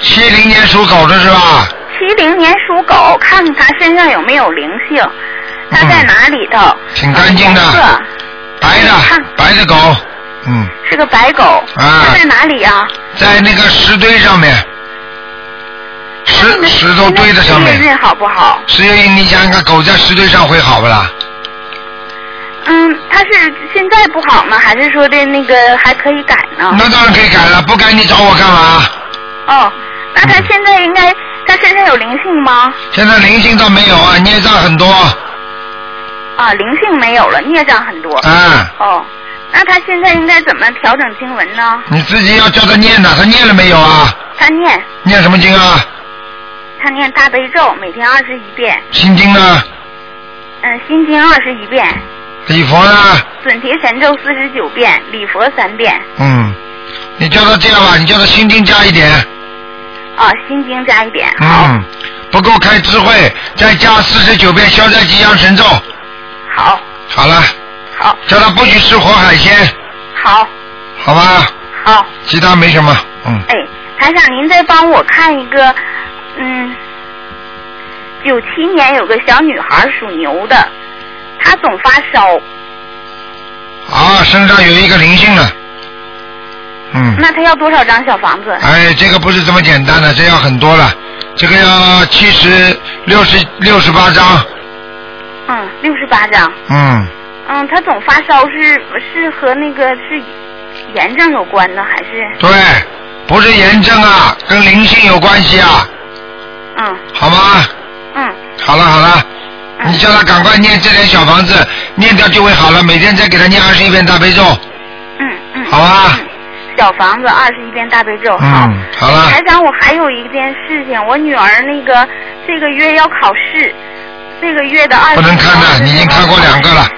S1: 七零年属狗的是吧？
S2: 七零年属狗，看看他身上有没有灵性，他在哪里头？
S1: 嗯挺干净的
S2: 颜色
S1: 白的，白的狗，嗯，
S2: 是个白狗，
S1: 啊
S2: 他在哪里呀、
S1: 在那个石堆上面，石石头堆的上
S2: 命
S1: 面。
S2: 运好不好？
S1: 石油印，你想想看，狗在石堆上会好不啦？
S2: 嗯，他是现在不好吗？还是说的那个还可以改呢？
S1: 那当然可以改了，不改你找我干嘛？
S2: 哦，那他现在应该，他身上有灵性吗？
S1: 现在灵性倒没有啊，孽障很多，
S2: 啊，灵性没有了，孽障很多。
S1: 啊，
S2: 哦，那他现在应该怎么调整经文呢？
S1: 你自己要叫他念呐，他念了没有啊？
S2: 他念，
S1: 念什么经啊？
S2: 他念大悲咒，每天二十一遍，
S1: 心经呢？
S2: 嗯，心经二十一遍，
S1: 礼佛啊呢？
S2: 准提神咒四十九遍，礼佛三遍，
S1: 嗯，你叫他这样吧，你叫他心经加一点，
S2: 啊，心经加一点。
S1: 嗯，不够开智慧，再加四十九遍消灾吉祥神咒。
S2: 好。
S1: 好了。
S2: 好。
S1: 叫他不许吃活海鲜，
S2: 好，
S1: 好吧？
S2: 好，
S1: 其他没什么，嗯，
S2: 哎，台长，您再帮我看一个，嗯，九七年有个小女孩属牛的，她总发烧，
S1: 啊，身上有一个灵性了，嗯，
S2: 那她要多少张小房子？
S1: 哎，这个不是这么简单的，这要很多了，这个要七十六十六十八张，
S2: 嗯，六十八张。
S1: 嗯，
S2: 嗯，她总发烧是是和那个是炎症有关呢，还是
S1: 对，不是炎症啊，跟灵性有关系啊，
S2: 嗯
S1: 好吗？
S2: 嗯
S1: 好了好了，
S2: 哎
S1: 你叫他赶快念这点小房子，念掉就会好了。每天再给他念二十一遍大悲咒，
S2: 嗯嗯，
S1: 好吧？
S2: 小房子二十一遍大悲咒。好。
S1: 嗯，好了
S2: 台，长，我还有一件事情，我女儿那个这个月要考试，这个月的二
S1: 不能看了，你已经看过两个了，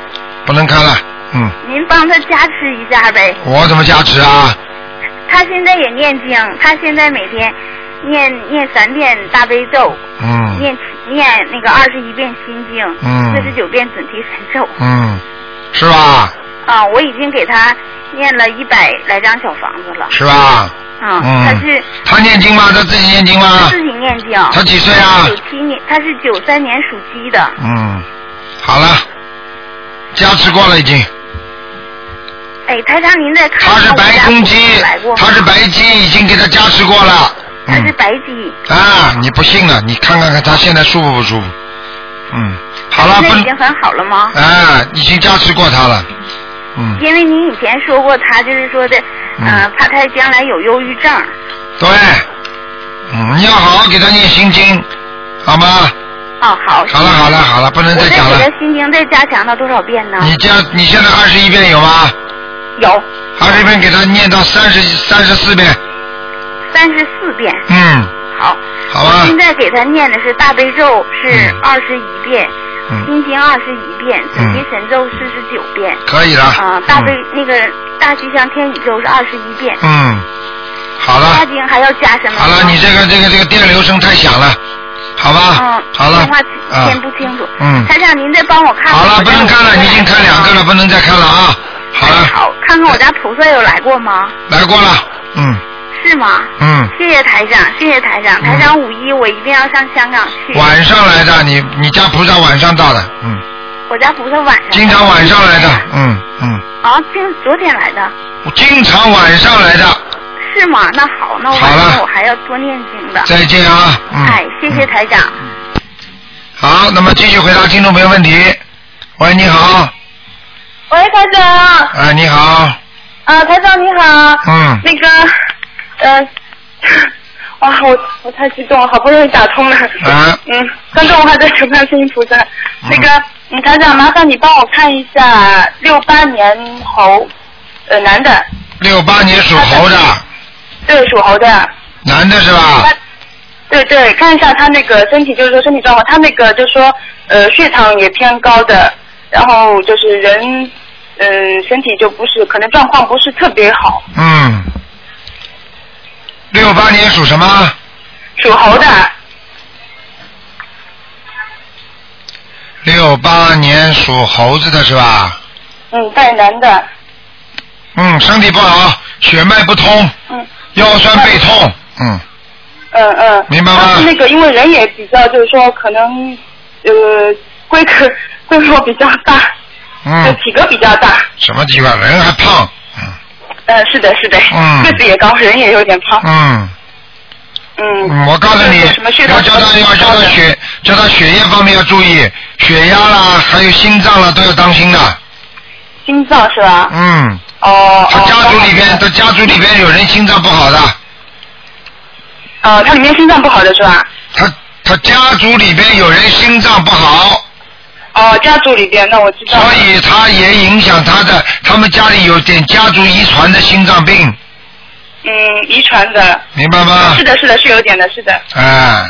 S1: 不能看了。嗯，
S2: 您帮她加持一下呗。
S1: 我怎么加持啊？
S2: 她现在也念经，她现在每天念念三遍大悲咒，
S1: 嗯
S2: 念念那个二十一遍心经，
S1: 嗯
S2: 四十九遍准提神咒。
S1: 嗯，是吧？
S2: 啊，我已经给她念了一百来张小房子了。
S1: 是吧？
S2: 啊，
S1: 嗯
S2: 她是
S1: 他念经吗？他自己念经
S2: 她
S1: 吗
S2: 自？己念经。
S1: 她几岁啊
S2: 九七年，她是九三年属鸡的。
S1: 嗯，好了，加持过了已经。
S2: 哎，台长，您再看
S1: 他是
S2: 看我
S1: 白
S2: 家
S1: 公
S2: 狗
S1: 鸡
S2: 没来过，
S1: 他是白鸡，已经给他加持过了。
S2: 它是
S1: 嗯
S2: 白鸡，
S1: 啊，你不信了？你看看看他现在舒服不舒服？嗯，好了，
S2: 现
S1: 不
S2: 在已
S1: 能
S2: 经很好了吗？
S1: 啊，已经加持过他了。嗯，
S2: 因为您以前说过，他就是说的，
S1: 嗯
S2: 呃，怕他将来有忧郁症。
S1: 对，嗯，你要好好给他念心经，好吗？
S2: 哦，好。
S1: 好了好了好了，不能
S2: 我
S1: 再
S2: 再
S1: 讲
S2: 给
S1: 了。
S2: 他心经再加强到多少遍呢？
S1: 你这样，你现在二十一遍有吗？
S2: 有
S1: 二十一遍给他念到三十三十四遍，
S2: 三十四遍。
S1: 嗯，
S2: 好。
S1: 好
S2: 我
S1: 吧，
S2: 现在给他念的是大悲咒是
S1: 嗯
S2: 二十一遍，
S1: 嗯，
S2: 心经二十一遍，准提
S1: 嗯
S2: 神咒四十九遍，
S1: 可以了。
S2: 啊、大悲、那个大吉祥天宇咒是二十一遍，
S1: 嗯，嗯，好
S2: 大
S1: 了
S2: 经还要加什么？
S1: 好了，你这个这个这个电流声太响了，好吧
S2: 嗯，？
S1: 好了
S2: 电话，
S1: 啊
S2: 听，不清楚。
S1: 嗯
S2: 台长，您再帮我看看。
S1: 好了，不能看了，你已经看两个了，。不能再看了啊。好
S2: 哎
S1: 了，
S2: 好，看看我家菩萨有来过吗？
S1: 来过了，嗯
S2: 是吗？
S1: 嗯，
S2: 谢谢台长，谢谢台长。台长五一我一定要上香港去。
S1: 晚上来的，你你家菩萨晚上到的，嗯，
S2: 我家菩萨晚上。
S1: 经常晚上来的，嗯嗯，
S2: 啊，今昨天来的，
S1: 我经常晚上来的，
S2: 是吗？那好，那我
S1: 好
S2: 晚
S1: 了
S2: 上我还要多念经的。
S1: 再见啊，嗯。
S2: 哎，谢谢台长。
S1: 好，那么继续回答听众朋友问题。喂，你好，
S9: 喂，台长，
S1: 哎，你好，
S9: 啊，台长你好，
S1: 嗯，
S9: 那个，呃，哇，我我太激动了，好不容易打通了。
S1: 啊，
S9: 嗯，刚刚我还在求观世音菩萨。那个，嗯，台长，麻烦你帮我看一下六八年猴，呃，男的，
S1: 六八年属猴的，
S9: 对，属猴的。
S1: 男的是吧？
S9: 他对对，看一下他那个身体，就是说身体状况，他那个就是说，呃，血糖也偏高的，然后就是人，嗯、身体就不是，可能状况不是特别好。
S1: 嗯，六八年属什么？
S9: 属猴的，
S1: 六八年属猴子的是吧？
S9: 嗯，对，男的，
S1: 嗯，身体不好，血脉不通，
S9: 嗯
S1: 腰酸背痛，嗯，
S9: 嗯嗯。
S1: 明白吗
S9: 但是那个，因为人也比较，就是说可能呃规格 规模比较大，呃
S1: 嗯，
S9: 体格比较大，
S1: 什么地方人还胖，
S9: 嗯，是的，是的，
S1: 嗯
S9: 个子也高，人也有点胖，
S1: 嗯，
S9: 嗯。
S1: 嗯我告诉你
S9: 就是啊什么血，糖
S1: 要叫他要叫
S9: 嗯
S1: 他血叫他血液方面要注意，血压啦，还有心脏啦都要当心的，
S9: 心脏是吧？
S1: 嗯，
S9: 啊哦
S1: 他家族里边他家族里边有人心脏不好的，
S9: 哦，它里面心脏不好的是吧？
S1: 他他家族里边有人心脏不好，
S9: 哦，家族里边，那我知道了。
S1: 所以他也影响他的，他们家里有点家族遗传的心脏病，
S9: 嗯，遗传的。
S1: 明白吗
S9: 是？的，是的，是有点的，是的。
S1: 哎，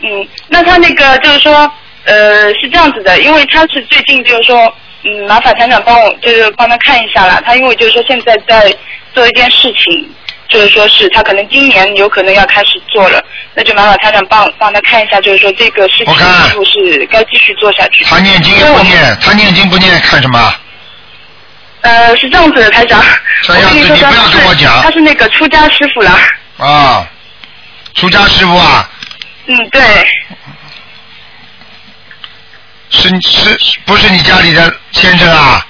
S9: 嗯，那他那个就是说，呃，是这样子的，因为他是最近就是说，嗯，麻烦团长帮我就是帮他看一下啦。他因为就是说现在在做一件事情，就是说是他可能今年有可能要开始做了，那就麻烦团长帮帮他看一下，就是说这个事情
S1: 我看
S9: 是不是该继续做下去。
S1: 他念经
S9: 因为我
S1: 不
S9: 们
S1: 念，他念经不念看什么？
S9: 呃，是这样子的，台长。
S1: 这样子
S9: 我跟你说，
S1: 你不要跟我讲
S9: 他是他是那个出家师傅啦。
S1: 啊，出家师傅啊，
S9: 嗯，对，
S1: 是是不是你家里的先生啊？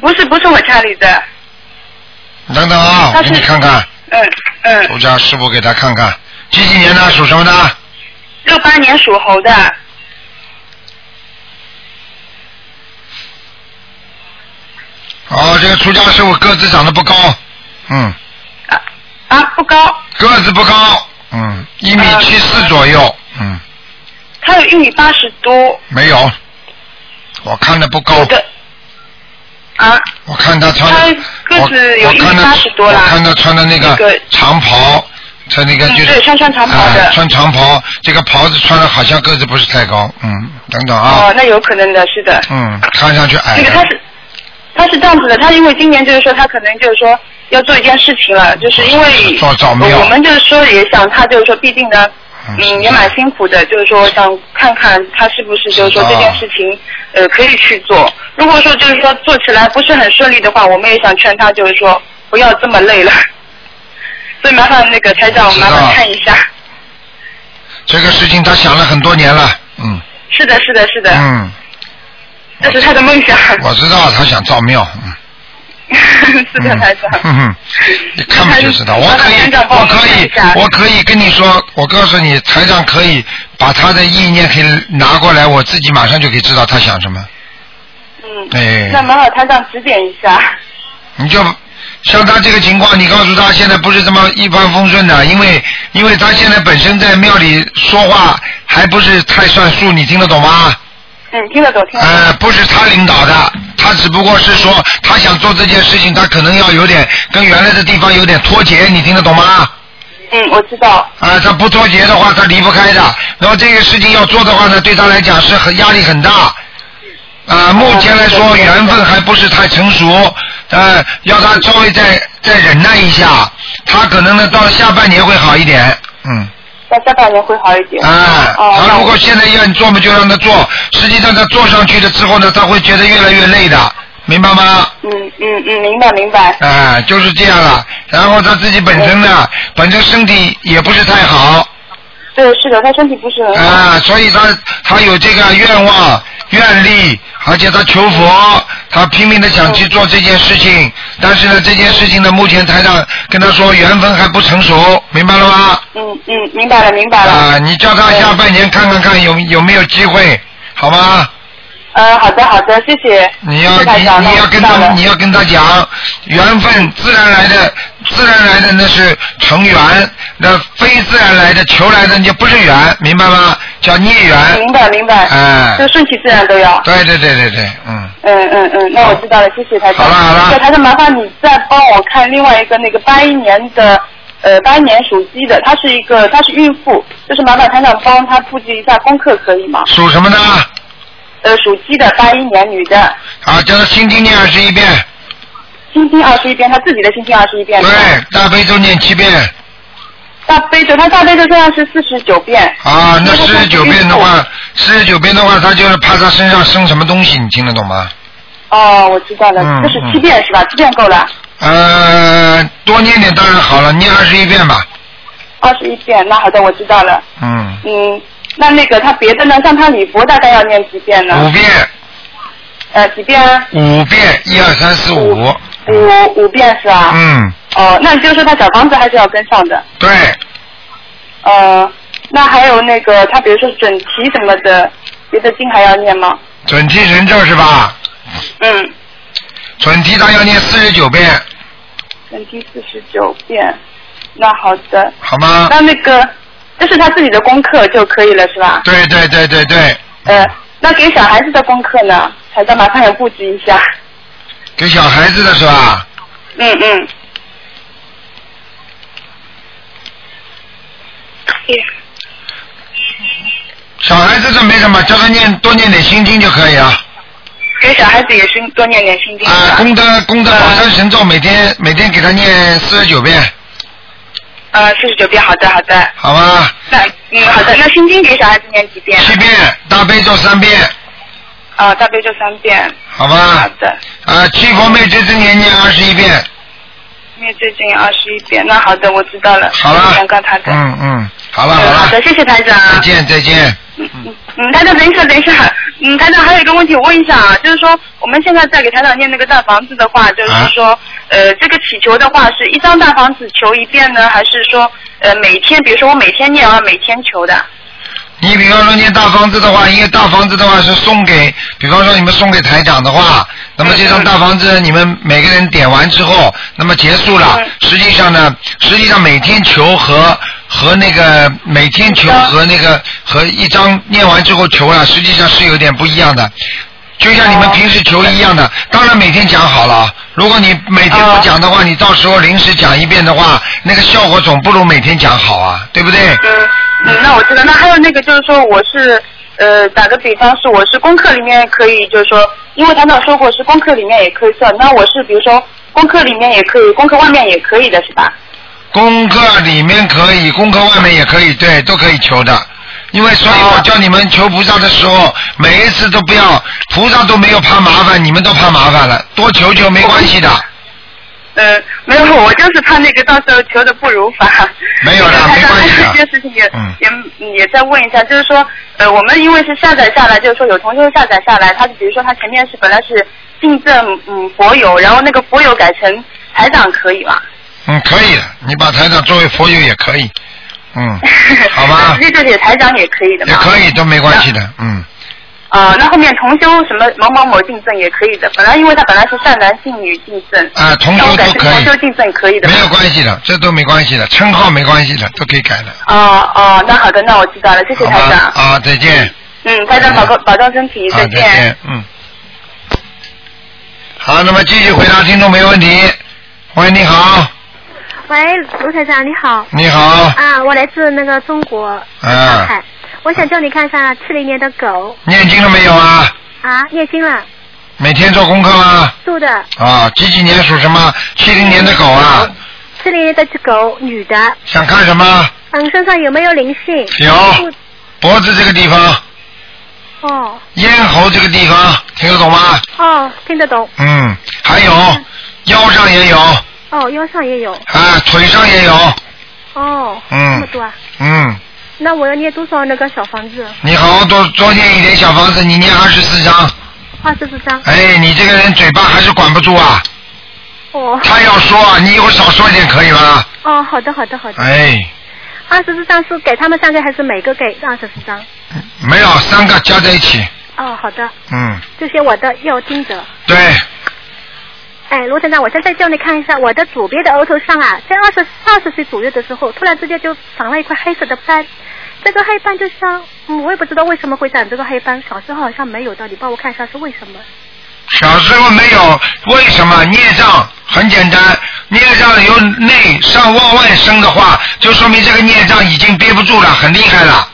S9: 不是不是我家里的，
S1: 你等等啊，我
S9: 他
S1: 给
S9: 是
S1: 你看看，
S9: 嗯嗯，
S1: 出家师傅给他看看，几几年的属什么的？
S9: 六八年属猴的，
S1: 啊哦，这个出家师傅个子长得不高，嗯，
S9: 啊啊不高，
S1: 个子不高，嗯，一米七四左右，嗯，
S9: 他有一米八十多，
S1: 没有，我看的不高
S9: 有，的啊
S1: 我看他穿的，
S9: 他个子有
S1: 我我看他
S9: 180多啦
S1: 我看他穿的那
S9: 那
S1: 个
S9: 个
S1: 长袍，他那个
S9: 嗯
S1: 就是、
S9: 对穿穿长袍的
S1: 哎穿长袍，这个袍子穿的好像个子不是太高，嗯，等等啊，
S9: 哦，那有可能的，是的。
S1: 嗯，看上去矮
S9: 那个他
S1: 了，
S9: 是他是这样子的，他因为今年就是说他可能就是说要做一件事情了，就是因为
S1: 做造
S9: 呃
S1: 庙
S9: 我们就是说也想他就是说毕竟呢，
S1: 嗯
S9: 嗯也蛮辛苦的，就是说想看看他是不是就是说这件事情呃可以去做。如果说就是说做起来不是很顺利的话，我们也想劝他就是说不要这么累了。 所以麻烦那个台长
S1: 我，知道
S9: 麻烦看一下。
S1: 这个事情他想了很多年了，嗯
S9: 是的，是的，是的，
S1: 嗯，
S9: 这是他的梦想。
S1: 我知道他想造庙，嗯。
S9: 是的，台长。
S1: 嗯哼哼，你看不就知道？我可以，我可以，我可以跟你说，我告诉你，台长可以把他的意念可以拿过来，我自己马上就可以知道他想什么。
S9: 嗯，
S1: 哎
S9: 那麻烦台长指点一下。
S1: 你就像他这个情况，你告诉他现在不是这么一帆风顺的，因为因为他现在本身在庙里说话还不是太算数，你听得懂吗？
S9: 嗯，听得懂，听得懂。
S1: 呃，不是他领导的，他只不过是说他想做这件事情，他可能要有点跟原来的地方有点脱节，你听得懂吗？
S9: 嗯，我知道。
S1: 啊，他不脱节的话，他离不开的。然后这个事情要做的话呢，对他来讲是很压力很大。啊，目前来说缘分还不是太成熟，呃，要他稍微再再忍耐一下，他可能呢到了下半年会好一点。嗯，
S9: 那下半年会好一点。
S1: 啊，
S9: 哦
S1: 他如果现在愿意做嘛，就让他做。实际上他做上去了之后呢，他会觉得越来越累的，明白吗？
S9: 嗯嗯嗯，明白明白。
S1: 啊，就是这样了。然后他自己本身呢，
S9: 嗯
S1: 本身身体也不是太好，
S9: 对，是的，他身体不是很好。
S1: 啊，所以他他有这个愿望、愿力，而且他求佛，他拼命的想
S9: 哦
S1: 去做这件事情。但是呢，这件事情呢，目前台长跟他说缘分还不成熟，明白了吗？
S9: 嗯嗯，明白了明白了。
S1: 啊，你叫他下半年看看看有有没有机会，好吗？
S9: 嗯，好的好的，谢谢。
S1: 你要
S9: 谢谢台长
S1: 你你要跟
S9: 那我
S1: 他
S9: 知道了
S1: 你要跟他讲，缘分自然来的，自然来的那是成缘，那非自然来的求来的就不是缘，明白吗？叫孽缘，
S9: 明白明白。
S1: 哎
S9: 就顺其自然都要。
S1: 对对对对对，嗯。
S9: 嗯嗯嗯，那我知道了，谢谢台长。
S1: 好了好了
S9: 对台长，麻烦你再帮我看另外一个那个八一年的，呃，八一年属鸡的，她是一个，她是孕妇，就是麻烦台长帮她布置一下功课，可以吗？
S1: 属什么的？
S9: 呃，属鸡的，八一年女的，
S1: 啊，叫他心经念二十一遍，
S9: 心经二十一遍，她自己的心经二十一遍。
S1: 对，大悲咒念七遍，
S9: 大悲咒，他大悲咒现在是四十九遍。
S1: 啊，那
S9: 因为他
S1: 四十九遍的
S9: 他
S1: 话，四十九遍的话，他就是怕他身上生什么东西，你听得懂吗？
S9: 哦，我知道了
S1: 嗯，
S9: 四十七遍是吧？七遍够了，
S1: 呃，多念点当然好了，念二十一遍吧。
S9: 二十一遍。那好的，我知道了。
S1: 嗯，
S9: 嗯，那那个他别的呢？像他礼佛大概要念几遍
S1: 五
S9: 呢？
S1: 遍，
S9: 呃，几遍？
S1: 五遍，一二三四五。
S9: 五五遍是吧？。
S1: 嗯，
S9: 哦，那就是说他小房子还是要跟上的。
S1: 对，
S9: 呃，那还有那个他比如说整齐什么的，别的经还要念吗？
S1: 准提神咒是吧？
S9: 嗯，
S1: 准提他要念四十九遍，
S9: 整齐四十九遍。那好的，
S1: 好吗？
S9: 那那个这是他自己的功课就可以了是吧？
S1: 对对对对对，
S9: 呃，那给小孩子的功课呢？台长麻烦也布置一下。
S1: 给小孩子的是吧？
S9: 嗯嗯。
S1: 小孩子这没什么，叫他念多念点心经就可以了。
S9: 给小孩子也是多念点心经。
S1: 啊，功德功德
S9: 呃
S1: 宝山神咒，每天每天给他念四十九遍，
S9: 呃，四十九遍，好的好的。
S1: 好吧？
S9: 那嗯好的，那心经给小孩子念几遍？
S1: 七遍，大悲咒三遍，
S9: 啊、大悲咒三遍。
S1: 好
S9: 好
S1: 吧？
S9: 的，
S1: 啊，七佛灭罪真言念二十一遍，
S9: 灭罪经二十一遍。那好的，我知道了。
S1: 好了。
S9: 刚刚他的。
S1: 嗯嗯，好了
S9: 嗯
S1: 好
S9: 好
S1: 了
S9: 的，，谢谢台长。
S1: 再见再见。
S9: 嗯，台长，等一下，等一下。嗯，台长还有一个问题，我问一下啊，就是说我们现在在给台长念那个大房子的话，
S1: 啊
S9: 就是说，呃，这个祈求的话是一张大房子求一遍呢，还是说，呃，每天，比如说我每天念啊，每天求的？
S1: 你比方说念大房子的话，因为大房子的话是送给，比方说你们送给台长的话，那么这张大房子你们每个人点完之后，那么结束了
S9: 嗯。
S1: 实际上呢，实际上每天求和和那个每天求和那个和一张念完之后求了，实际上是有点不一样的。就像你们平时求一样的，当然每天讲好了啊。如果你每天不讲的话，你到时候临时讲一遍的话，那个效果总不如每天讲好啊，对不对？
S9: 嗯，嗯，那我知道。那还有那个就是说，我是呃，打个比方是我是功课里面可以，就是说，因为团长说过是功课里面也可以算，那我是比如说功课里面也可以，功课外面也可以的是吧？
S1: 功课里面可以，功课外面也可以，对，都可以求的。因为所以我叫你们求菩萨的时候，每一次都不要，菩萨都没有怕麻烦，你们都怕麻烦了，多求求没关系的，
S9: 嗯，没有，我就是怕那个到时候求的不如法。
S1: 没有啦没关系的
S9: 这件事情也、
S1: 嗯
S9: 也也再问一下，就是说，呃，我们因为是下载下来，就是说有同学下载下来，他比如说他前面是本来是敬赠嗯佛友，然后那个佛友改成台长可以吧？
S1: 嗯，可以的，你把台长作为佛友也可以，嗯，好吧
S9: 这就写台长也可以的嘛。
S1: 也可以都没关系的， 嗯，
S9: 啊、那后面同修什么某某某竞赠也可以的，本来因为他本来是善男信女竞赠，
S1: 啊，同
S9: 然后
S1: 修
S9: 改
S1: 都
S9: 成
S1: 可
S9: 同
S1: 以
S9: 修，竞赠可以的嘛
S1: 嗯没有关系的，这都没关系的，称号没关系的，都可以改的，
S9: 哦哦，那好的，那我知道了，谢谢
S1: 好
S9: 台
S1: 吧
S9: 长。？
S1: 啊，再见。
S9: 嗯，台长保重保重身体，
S1: 啊，再见，嗯。好，那么继续回答听众没问题。喂，你好，啊
S10: 喂，卢台长你好。
S1: 你好，
S10: 啊，我来自那个中国上
S1: 啊，
S10: 海，我想叫你看一下七零年的狗
S1: 念经了没有啊？
S10: 啊，念经了，
S1: 每天做功课吗？
S10: 住的
S1: 啊，几几年属什么？七零年的狗啊，
S10: 七零年的狗女的，
S1: 想看什么？
S10: 嗯，身上有没有灵性？
S1: 有，脖子这个地方，
S10: 哦
S1: 咽喉这个地方，听得懂吗？
S10: 哦，听得懂
S1: 嗯，还有腰上也有，
S10: 哦，腰上也有
S1: 啊，腿上也有，
S10: 哦，
S1: 嗯
S10: 这么多啊？
S1: 嗯，
S10: 那我要念多少那个小房子？
S1: 你好好多多念一点小房子，你念二十四章。
S10: 二十四张
S1: 哎，你这个人嘴巴还是管不住啊！
S10: 哦
S1: 他要说，啊，你以后少说一点可以吗？
S10: 哦，好的好的好的，
S1: 哎，
S10: 二十四张是给他们三个还是每个给二十四张？
S1: 没有，三个加在一起，
S10: 哦，好的，
S1: 嗯，
S10: 这些我的要盯着。
S1: 对，
S10: 哎，罗站长，我现在叫你看一下我的左边的额头上啊，在二十二十岁左右的时候，突然之间就长了一块黑色的斑。这个黑斑就像，嗯，我也不知道为什么会长这个黑斑，小时候好像没有的，你帮我看一下是为什么？
S1: 小时候没有，为什么孽障？很简单，孽障由内上往外生的话，就说明这个孽障已经憋不住了，很厉害了。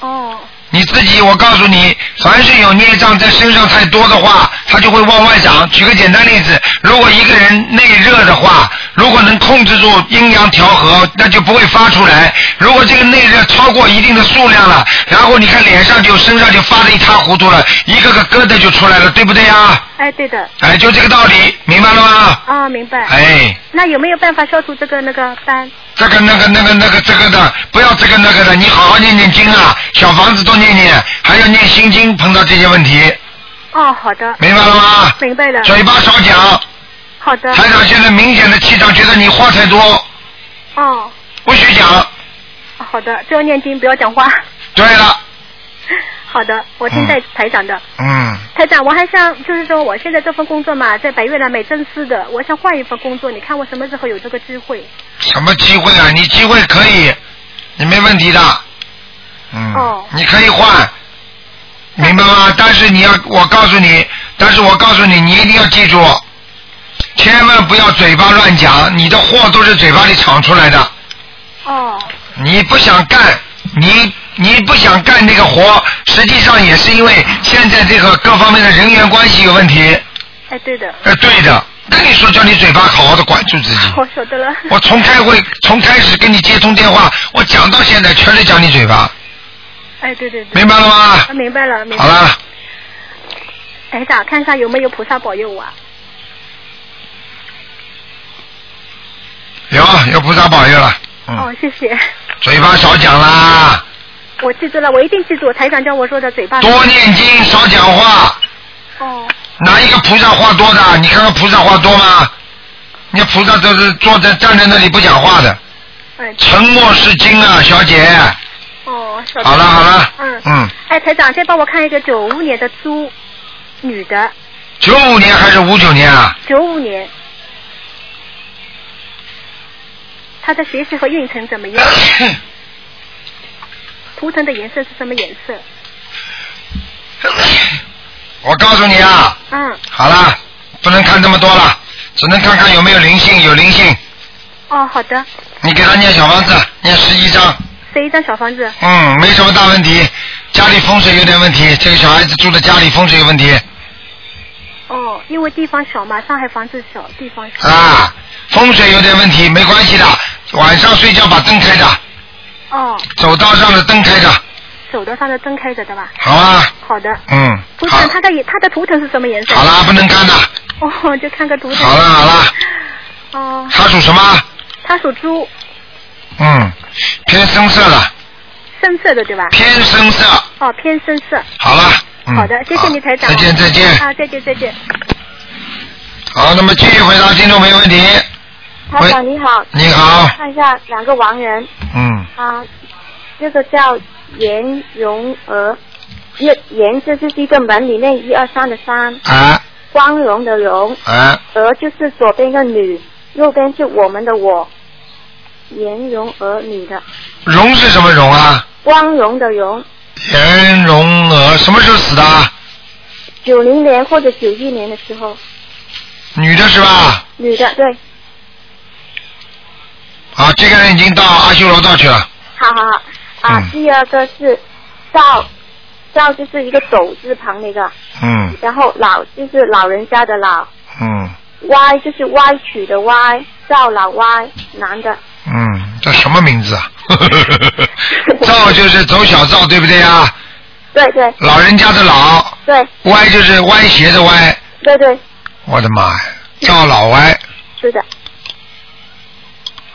S10: 哦，
S1: 你自己，我告诉你，凡是有孽障在身上太多的话，它就会往外长。举个简单例子，如果一个人内热的话，如果能控制住阴阳调和，那就不会发出来。如果这个内热超过一定的数量了，然后你看脸上就身上就发的一塌糊涂了，一个个疙瘩就出来了，对不对啊？
S10: 哎，对的。
S1: 哎，就这个道理，明白了吗？
S10: 啊、明白。
S1: 哎。
S10: 那有没有办法消除这个那个斑？
S1: 这个那个那个那个这个的，不要这个那个的，你好好念念经啊，小房子多念念，还要念心经。碰到这些问题，
S10: 哦，好的。
S1: 明白了吗
S10: 明白了。
S1: 嘴巴少讲。
S10: 好的。
S1: 台长现在明显的气场，觉得你话太多，
S10: 哦，
S1: 不许讲。
S10: 好的，只有念经，不要讲话。
S1: 对了，
S10: 好的，我听在台长的。
S1: 嗯，
S10: 台长，我还想就是说，我现在这份工作嘛，在白月亮美珍司的，我想换一份工作，你看我什么时候有这个机会？
S1: 什么机会啊？你机会可以，你没问题的。嗯。
S10: 哦。
S1: 你可以换，明白
S10: 哎
S1: 吗？但是你要，我告诉你，但是我告诉你，你一定要记住，千万不要嘴巴乱讲，你的货都是嘴巴里闯出来的。
S10: 哦。
S1: 你不想干，你你不想干这个活，实际上也是因为现在这个各方面的人员关系有问题。
S10: 哎，对的，
S1: 呃，对的，跟你说叫你嘴巴好好的管住自己。
S10: 我晓得了。
S1: 我从开会从开始跟你接通电话，我讲到现在全是讲你嘴巴。
S10: 哎，对对对。
S1: 明白了吗
S10: 啊明白了，明白
S1: 好了，
S10: 台长，看一下有没有菩萨保佑我、啊。
S1: 有啊有菩萨保佑了，
S10: 哦，谢谢，
S1: 嘴巴少讲啦，
S10: 我记住了，我一定记住台长叫我说的嘴巴。
S1: 多念经，少讲话。
S10: 哦。
S1: 哪一个菩萨话多的？你看看菩萨话多吗？你看菩萨都是坐在站在那里不讲话的。
S10: 哎。
S1: 沉默是金啊，小姐。
S10: 哦，晓得
S1: 好了好了。
S10: 嗯。
S1: 嗯，
S10: 哎，台长，再帮我看一个九五年的猪，女的，
S1: 九五年还是五九年啊？
S10: 九五年，她的学习和运程怎 么样？图腾的颜色是什么颜色？
S1: 我告诉你啊，
S10: 嗯，
S1: 好了，不能看这么多了，只能看看有没有灵性，有灵性，
S10: 哦，好的，
S1: 你给他念小房子，念十一章。
S10: 这一张小房子。
S1: 嗯，没什么大问题，家里风水有点问题，这个小孩子住在家里风水有问题
S10: 哦，因为地方小嘛，上海房子小，地方小。
S1: 啊，风水有点问题，没关系的，晚上睡觉把灯开着，
S10: 哦，
S1: 走道上的灯开着，
S10: 走道上的灯开着的吧？
S1: 好吧？
S10: 好的。
S1: 嗯，
S10: 图腾，它的颜它的图腾是什么颜色？
S1: 好啦，不能看了，
S10: 哦，就看个图腾。
S1: 好了好了，
S10: 哦，
S1: 他属什么？
S10: 它属猪，
S1: 嗯，偏深色了，
S10: 深色的对吧？
S1: 偏深色。
S10: 哦，偏深色。
S1: 好了，嗯
S10: 好的，谢谢你台长。
S1: 再见再见
S10: 啊，再见再见。
S1: 好，那么继续回答听众朋友问题，
S11: 台长你好。
S1: 你好
S11: 看一下两个亡人
S1: 嗯，
S11: 啊，这个叫颜荣娥，颜颜字就是一个门里面一二三的三，
S1: 啊
S11: 光荣的荣，
S1: 啊，
S11: 娥就是左边一个女，右边是我们的我，颜荣娥女的，
S1: 荣是什么荣啊？
S11: 光荣的荣，
S1: 颜荣娥什么时候死的啊？
S11: 九零年或者九一年的时候，
S1: 女的是吧？
S11: 女的对，
S1: 啊，这个人已经到阿修罗道去了。
S11: 好好好，啊，第二个是赵，赵就是一个走字旁那个，
S1: 嗯
S11: 然后老就是老人家的老。
S1: 嗯
S11: 歪就是歪曲的歪，赵老歪，男的。
S1: 嗯，叫什么名字啊？ 赵就是走小赵，对不对啊？
S11: 对对。
S1: 老人家的老，
S11: 对
S1: 歪就是歪斜的歪。
S11: 对对，
S1: 我的妈呀，赵老歪
S11: 是的。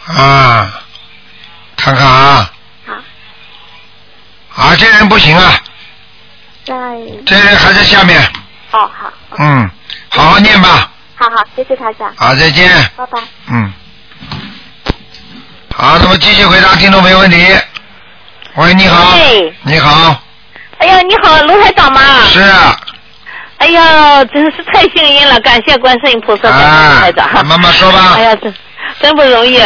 S1: 啊！看看啊。啊，这人不行啊，
S11: 在。
S1: 这人还在下面。
S11: 哦，好，
S1: 嗯，好好念吧。
S11: 好好，谢谢台长。
S1: 好再见
S11: 拜拜。
S1: 嗯。好，那么继续回答听众朋友问题。喂，你好。
S12: 喂
S1: 你好，
S12: 哎呀，你好，卢台长吗？
S1: 是。啊
S12: 哎呀，真是太幸运了，感谢观世音菩萨，感谢台长。
S1: 妈妈啊说吧。
S12: 哎呀，真真不容易。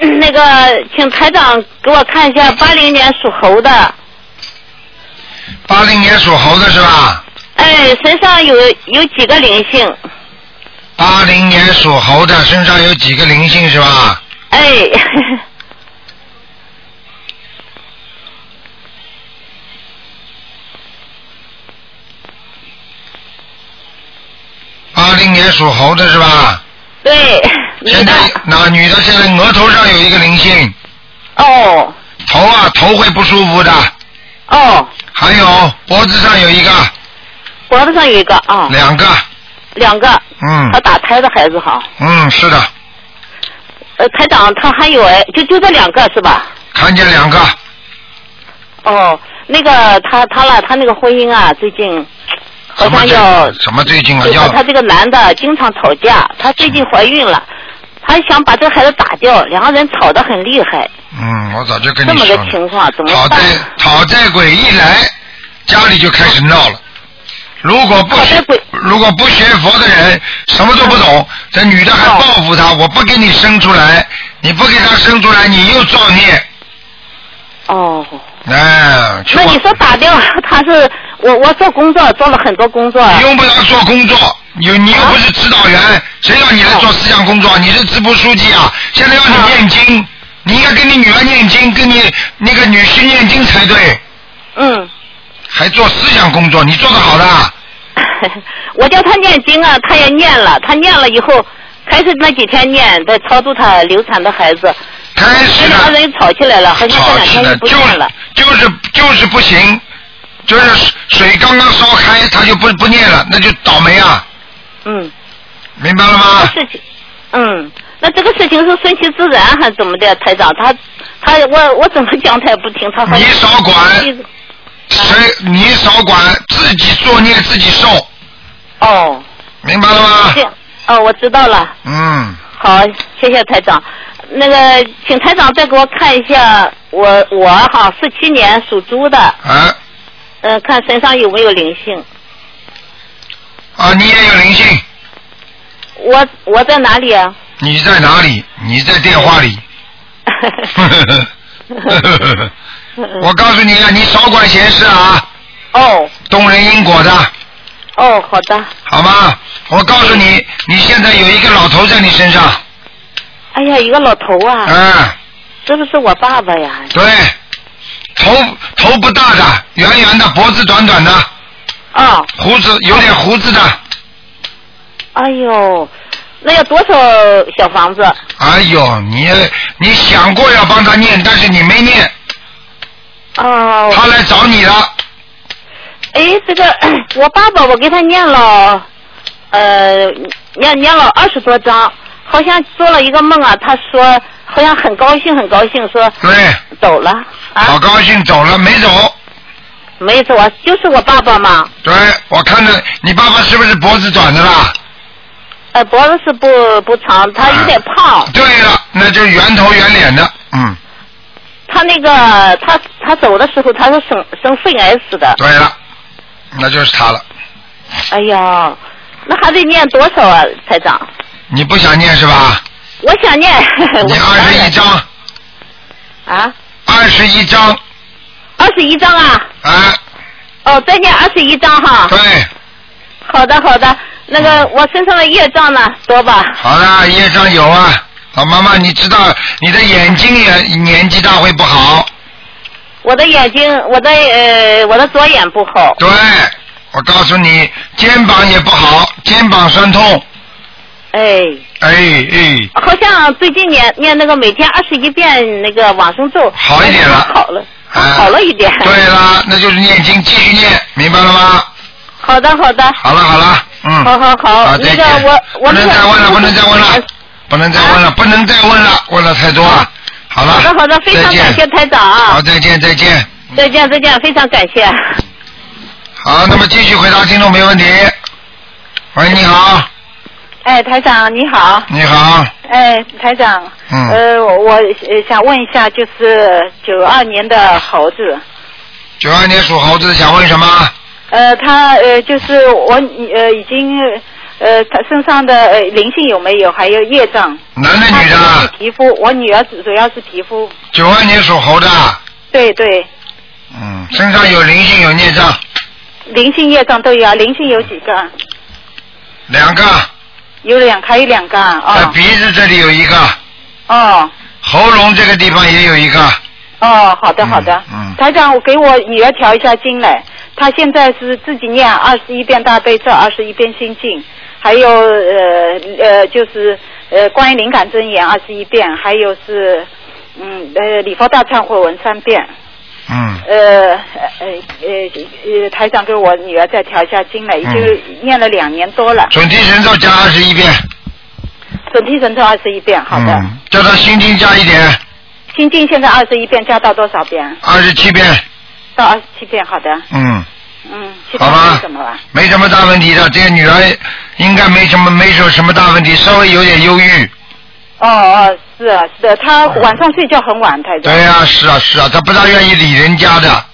S12: 嗯那个，请台长给我看一下八零年属猴的，
S1: 八零年属猴的是吧？
S12: 哎，身上有有几个灵性？
S1: 八零年属猴的身上有几个灵性是吧？
S12: 哎，
S1: 零年属猴的是吧？
S12: 对，
S1: 现在那女的现在额头上有一个灵性。
S12: 哦。
S1: 头啊，头会不舒服的。
S12: 哦。
S1: 还有脖子上有一个，
S12: 脖子上有一个啊，
S1: 两个，
S12: 两个，
S1: 嗯
S12: 他打胎的孩子哈。
S1: 嗯，是的，
S12: 呃，台长，他还有哎，就就这两个是吧？
S1: 看见两个，
S12: 哦，那个他他了，他那个婚姻啊，最近好
S1: 什么
S12: 像
S1: 最
S12: 要
S1: 什么最近啊
S12: 就
S1: 要
S12: 是他这个男的经常吵架，他最近怀孕了，他想把这个孩子打掉，两个人吵得很厉害，
S1: 嗯，我早就跟
S12: 这
S1: 你
S12: 么
S1: 说
S12: 个
S1: 了，
S12: 情况怎
S1: 讨
S12: 么办
S1: 债？讨债鬼一来，家里就开始闹了。如果不学如果不学佛的人，什么都不懂，这女的还
S12: 哦
S1: 报复他，我不给你生出来，你不给他生出来，你又造孽。
S12: 哦。
S1: 哎，去
S12: 那
S1: 我
S12: 你说打掉 他是我我做工作做了很多工作，啊
S1: 用不着做工作，有你又不是指导员，谁让你来做思想工作？你是支部书记啊！现在要你念经，
S12: 啊
S1: 你应该跟你女儿念经，跟你那个女婿念经才对。
S12: 嗯。
S1: 还做思想工作，你做的好啊的。
S12: 我叫他念经啊，他也念了，他念了以后，开始那几天念，在超度他流产的孩子，
S1: 开始
S12: 两个人吵起来了，好像这两天
S1: 是的
S12: 就，不
S1: 就
S12: 念了。
S1: 就是就是不行，就是水水刚刚烧开，他就不不念了，那就倒霉啊！
S12: 嗯。
S1: 明白了吗？
S12: 这个事情，嗯，那这个事情是顺其自然还是怎么的，台长？他他我我怎么讲他也不听，他好像
S1: 你少管谁哎你少管，自己作孽自己受。
S12: 哦。
S1: 明白了吗？
S12: 这样哦，我知道了。
S1: 嗯，
S12: 好，谢谢台长。那个，请台长再给我看一下我我哈，四七年属猪的，
S1: 啊
S12: 嗯、看身上有没有灵性。
S1: 啊，你也有灵性，
S12: 我我在哪里啊？
S1: 你在哪里？你在电话里。
S7: 嗯
S1: 我告诉你啊，你少管闲事啊。
S12: 哦。
S1: 动人因果的，
S12: 哦，好的。
S1: 好吗？我告诉你，你现在有一个老头在你身上，
S12: 哎呀，一个老头啊，
S1: 嗯，
S12: 是不是我爸爸呀？
S1: 对，头头不大的，圆圆的，脖子短短的，嗯
S12: 啊，
S1: 胡子有点胡子的，
S12: 哎呦，那要多少小房子？
S1: 哎呦，你你想过要帮他念，但是你没念，
S12: 哦。
S1: 他来找你了。
S12: 哎，这个我爸爸，我给他念了，呃，念念了二十多章，好像做了一个梦啊。他说好像很高兴，很高兴，说
S1: 对，
S12: 走了，啊
S1: 好高兴走了没走？
S12: 没走啊，就是我爸爸嘛。
S1: 对，我看着你爸爸是不是脖子短的啦？
S12: 呃，脖子是不不长，他有点胖。
S1: 啊对了，那就圆头圆脸的，嗯，
S12: 他那个他他走的时候，他是生生肺癌死的。
S1: 对了，那就是他了。
S12: 哎呀，那还得念多少啊，台长？
S1: 你不想念是吧？
S12: 我想念。
S1: 你
S12: 我
S1: 二十一张，
S12: 啊？
S1: 二十一张，
S12: 二十一张啊？
S1: 啊。
S12: 哦，再念二十一张哈。
S1: 对。
S12: 好的，好的。那个我身上的业障呢，多吧？
S1: 好了，业障有啊。老妈妈，你知道你的眼睛也年纪大会不好，
S12: 我的眼睛，我的呃，我的左眼不好。
S1: 对，我告诉你，肩膀也不好，肩膀酸痛，
S12: 哎，
S1: 哎哎，
S12: 好像最近念念那个每天二十一遍那个往生咒，好一点了，好了，好了一点。
S1: 哎对啦，那就是念经，继续念，明白了吗？
S12: 好的，好的。
S1: 好了好了，嗯，
S12: 好好好，
S1: 啊
S12: 那
S1: 再
S12: 个
S1: 见
S12: 我我
S1: 不
S12: 啊
S1: 能再问了，不能再问了，不能再问了，不能再问了，问了太多了。好了，
S12: 好的好的，非常
S1: 再见嗯
S12: 感谢台长啊
S1: 好，！再见再见。
S12: 再见再见，非常感谢。
S1: 好，那么继续回答听众没问题。喂，你好，
S13: 哎，台长你好。
S1: 你好，
S13: 哎，台长。
S1: 嗯
S13: 呃，我我呃想问一下，就是九二年的猴子，
S1: 九二年属猴子，想问什么？
S13: 呃，他呃就是我呃已经呃他身上的呃灵性有没有？还有业障。
S1: 男的女的？啊
S13: 是皮肤，我女儿主主要是皮肤。
S1: 九二年属猴的，
S13: 对对，
S1: 嗯，身上有灵性有孽障，
S13: 灵性业障都有啊，灵性有几个？
S1: 两个，
S13: 有两，还有两个
S1: 在
S13: 啊。
S1: 鼻子这里有一个，
S13: 哦
S1: 喉咙这个地方也有一个，
S13: 哦，好的好的。
S1: 嗯，
S13: 台长，我给我女儿调一下经嘞。她现在是自己念二十一遍大悲咒，二十一遍心经，还有呃呃就是呃关于灵感真言二十一遍，还有是嗯呃礼佛大忏悔文三遍。
S1: 嗯
S13: 呃呃呃呃，台长给我女儿再调一下经了，已经念了两年多了。
S1: 嗯准提神咒加二十一遍，
S13: 准提神咒二十一遍，好的。
S1: 嗯，叫他心经加一点，
S13: 心经现在二十一遍，加到多少遍？
S1: 二十七遍，
S13: 到二十七遍，好的。
S1: 嗯，
S13: 嗯，其
S1: 好吧
S13: 他没什么了。
S1: 没什么大问题的，这个女儿应该没什么没什什么大问题，稍微有点忧郁。
S13: 哦哦，是啊是的，他晚上睡觉很晚，台长。
S1: 哦对呀、是啊是啊，她不大愿意理人家的，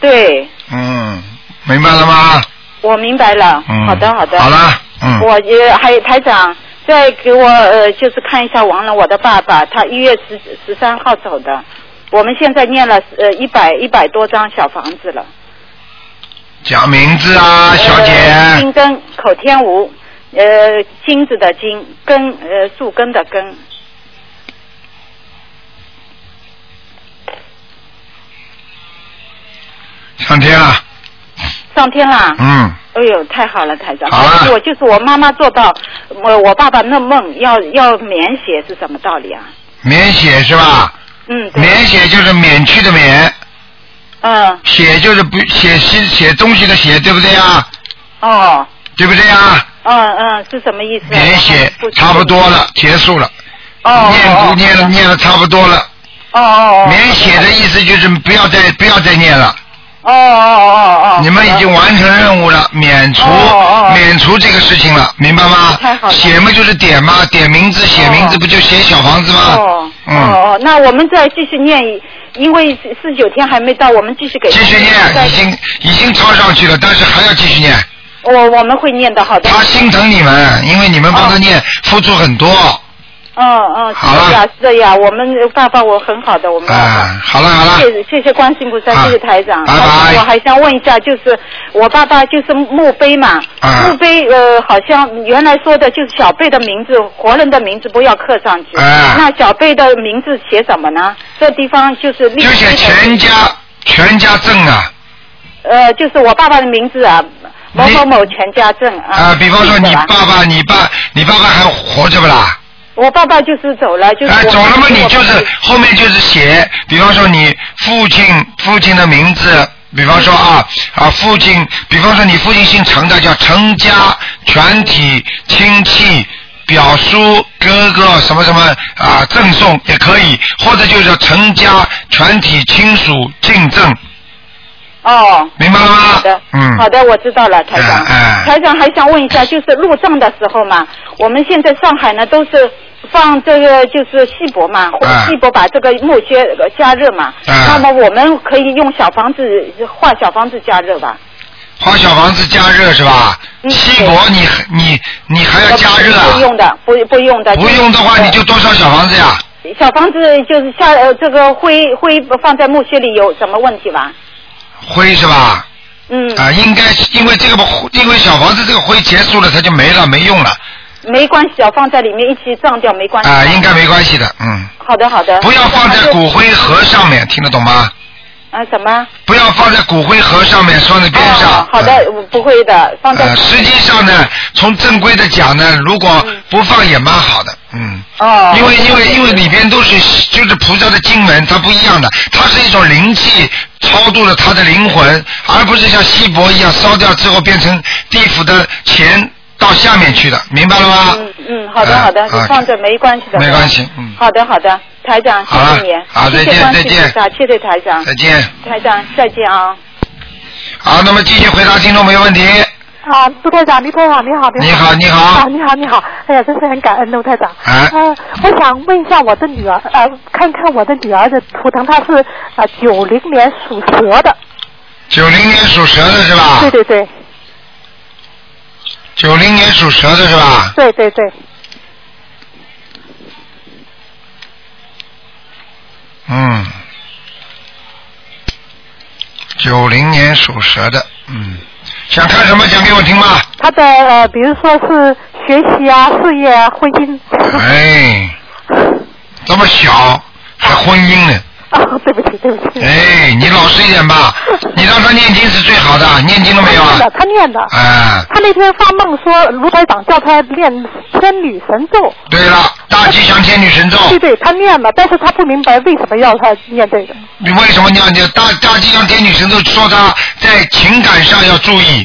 S13: 对，
S1: 嗯，明白了吗？
S13: 我明白了。
S1: 嗯
S13: 好的好的。
S1: 好了，嗯，
S13: 我也还有台长。再给我呃，就是看一下王了，我的爸爸，他一月十十三号走的，我们现在念了呃一百一百多张小房子了。
S1: 讲名字啊，小姐，
S13: 呃金根口天吴，呃，金子的金，根呃树根的根，
S1: 上天了，
S13: 上天啦！
S1: 嗯，
S13: 哎呦，太好了，台长！
S1: 啊
S13: 但是我就是我妈妈做到，我我爸爸那梦要要免血是什么道理啊？
S1: 免血是吧？
S13: 嗯，对，
S1: 免血就是免去的免，
S13: 嗯，
S1: 血就是不写西写东西的写，对不对啊？
S13: 哦，
S1: 对不对啊？
S13: 嗯嗯，是什么意思、啊？
S1: 免血差不多了，结束了，
S13: 哦
S1: 念
S13: 哦
S1: 读念了念了差不多了。
S13: 哦哦哦。
S1: 免血的意思就是不要再不要再念了。
S13: 哦哦哦哦。
S1: 你们已经完成任务了，免除免除这个事情了，明白
S13: 哦
S1: 吗？写嘛就是点嘛，点名字写名字不就写小房子吗？
S13: 哦
S1: 嗯，
S13: 哦哦，那我们再继续念，因为四九天还没到，我们继续给。继续念，已
S1: 经。已经抄上去了，但是还要继续念。
S13: 哦我我们会念的，好的。
S1: 他心疼你们，因为你们帮他
S13: 哦
S1: 念，付出很多。
S13: 嗯嗯，是的呀，是的呀，我们爸爸我很好的，我们
S1: 啊
S13: 爸爸。
S1: 好了好了，
S13: 谢谢谢谢观世音菩萨，谢谢台长。
S1: 拜拜
S13: 台长我还想问一下，就是我爸爸就是墓碑嘛，
S1: 啊
S13: 墓碑呃好像原来说的就是小辈的名字，活人的名字不要刻上去。
S1: 啊
S13: 那小辈的名字写什么呢？这地方就是就
S1: 就写全家全家赠啊
S13: 呃，就是我爸爸的名字啊，某某某全家证啊。
S1: 啊！比方说你爸爸，你爸你爸爸还活着不啦？
S13: 我爸爸就是走了，就是
S1: 哎，
S13: 我
S1: 走了嘛，你就
S13: 我
S1: 是后面就是写，比方说你父亲父亲的名字，比方
S13: 嗯
S1: 说啊啊父亲，比方说你父亲姓陈的，叫陈家全体亲戚。表叔、哥哥什么什么啊，赠送也可以，或者就是陈家全体亲属敬赠，
S13: 哦，
S1: 明白了吗？
S13: 好的，
S1: 嗯
S13: 好的，我知道了，台长。
S1: 哎
S13: 台长还想问一下，就是入账的时候嘛，我们现在上海呢都是放这个就是锡箔嘛，或者
S1: 哎
S13: 锡箔把这个木屑呃加热嘛。
S1: 啊
S13: 那么我们可以用小房子画小房子加热吧？
S1: 花小房子加热是吧？锡箔你你你还要加热
S13: 嗯不
S1: 啊？
S13: 用的，不不用的。
S1: 不用的话，
S13: 就是
S1: 你就多烧小房子呀？
S13: 小房子就是下呃这个灰灰放在木屑里有什么问题吧？
S1: 灰是吧？
S13: 嗯。
S1: 啊，应该是因为这个不，因为小房子这个灰结束了，它就没了，没用了
S13: 没关系的，放在里面一起葬掉没关系。
S1: 啊，应该没关系的，嗯。
S13: 好的好的。
S1: 不要放在骨灰盒上面，听得懂吗？
S13: 啊什么？
S1: 不要放在骨灰盒上面，放在边上。嗯
S13: 哦好的，我不会的，放 在。
S1: 呃，实际上呢，从正规的讲呢，如果不放也蛮好的，嗯。
S13: 嗯哦。
S1: 因为因为因为里边都是就是菩萨的经文，它不一样的，它是一种灵气超度了他的灵魂，而不是像锡箔一样烧掉之后变成地府的钱到下面去的，明白了吗？
S13: 嗯嗯，好的
S1: 啊
S13: 好的，你
S1: 啊
S13: 放着没关系的。
S1: 没关系，嗯。
S13: 好的好的，台长，谢
S1: 好了
S13: 谢你，
S1: 好再
S13: 谢
S1: 见
S13: 谢关心
S1: 再见
S13: 菩萨，谢谢台长，
S1: 再见。
S13: 台长再见啊。
S1: 好，那么继续回答听众朋友问题。
S7: 啊，陆台长，陆台长，你好，你好，
S1: 你好
S7: 啊，你好，你好，哎呀，真是很感恩陆台长。
S1: 啊
S7: 呃，我想问一下我的女儿，呃，看看我的女儿的图腾，她是啊九零年属蛇的。
S1: 九零年属蛇的是吧？
S7: 对对对，
S1: 九零年属蛇的是吧？
S7: 对对对，
S1: 嗯。九零年属蛇的，嗯，想看什么讲给我听吧。
S7: 她的呃，比如说是学习啊、事业啊、婚姻。
S1: 哎，这么小还婚姻呢？
S7: 哦，对不起，对不起。
S1: 哎，你老实一点吧，你让他念经是最好的，念经了没有
S7: 他
S1: 啊？
S7: 念的，他念的。
S1: 哎，
S7: 他那天发梦说，卢台长叫他念天女神咒。
S1: 对了，大吉祥天女神咒，
S7: 对对，他念了，但是他不明白为什么要他念这个。
S1: 你为什么念念大大吉祥天女神咒？说他在情感上要注意。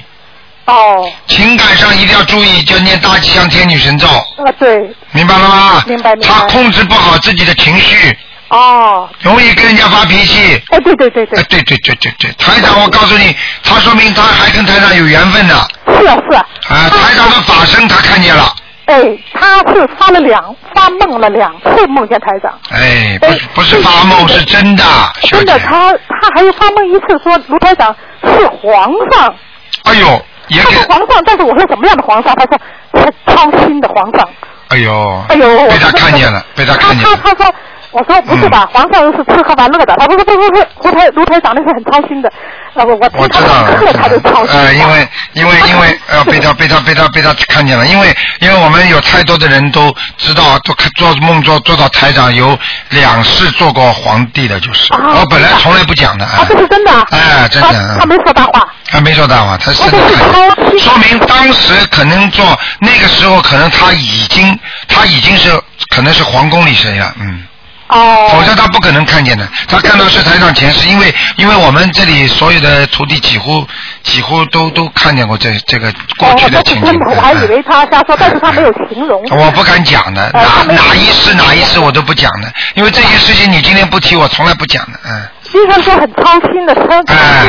S7: 哦。
S1: 情感上一定要注意，就念大吉祥天女神咒，
S7: 啊，对。
S1: 明白了吗？
S7: 明白明白
S1: 他控制不好自己的情绪，
S7: 哦。
S1: 容易跟人家发脾气。
S7: 哎，对对对对。
S1: 对对对对对，台长，我告诉你，他说明他还跟台长有缘分呢。
S7: 是啊是啊，
S1: 啊，台长的法身他看见了，
S7: 哎，他是发了两发梦了两次，梦见台长。
S1: 哎，不是不是发梦，是真的。
S7: 真的，他他还有发梦一次说卢台长是皇上，
S1: 哎呦，也
S7: 他是皇上，但是我说什么样的皇上？他说他操心的皇上。
S1: 哎呦，
S7: 哎呦，我
S1: 被他看见了，被他看见
S7: 他
S1: 了。
S7: 他说，我说不是吧，皇上是吃喝玩乐的，他不是不是不是，卢台卢台长那是很操心的，呃，我我听
S1: 我
S7: 他
S1: 知道
S7: 讲
S1: 了，
S7: 课他就操心。
S1: 呃，因为因 为因为呃，被他被他被他被他看见了，因为因为我们有太多的人都知道，都看做梦做做到台长有两世做过皇帝的，就是我本来从来不讲的，哎
S7: 这是真啊的啊，
S1: 哎，真的，
S7: 他没说大话。哦
S1: 他没说大话，他是真的看见，说明当时可能做那个时候可能他已经他已经是可能是皇宫里谁了，嗯。
S7: 哦。
S1: 否则他不可能看见的，他看到是台长前世，因为因为我们这里所有的徒弟几乎几乎都都看见过这这个过去的情
S7: 真
S1: 景
S7: 的，，我还以为他瞎说，但是他没有形容。
S1: 我不敢讲的，哪哪一世哪一世我都不讲的，因为这些事情你今天不提，我从来不讲的，嗯。
S7: 经常说很操心的，操心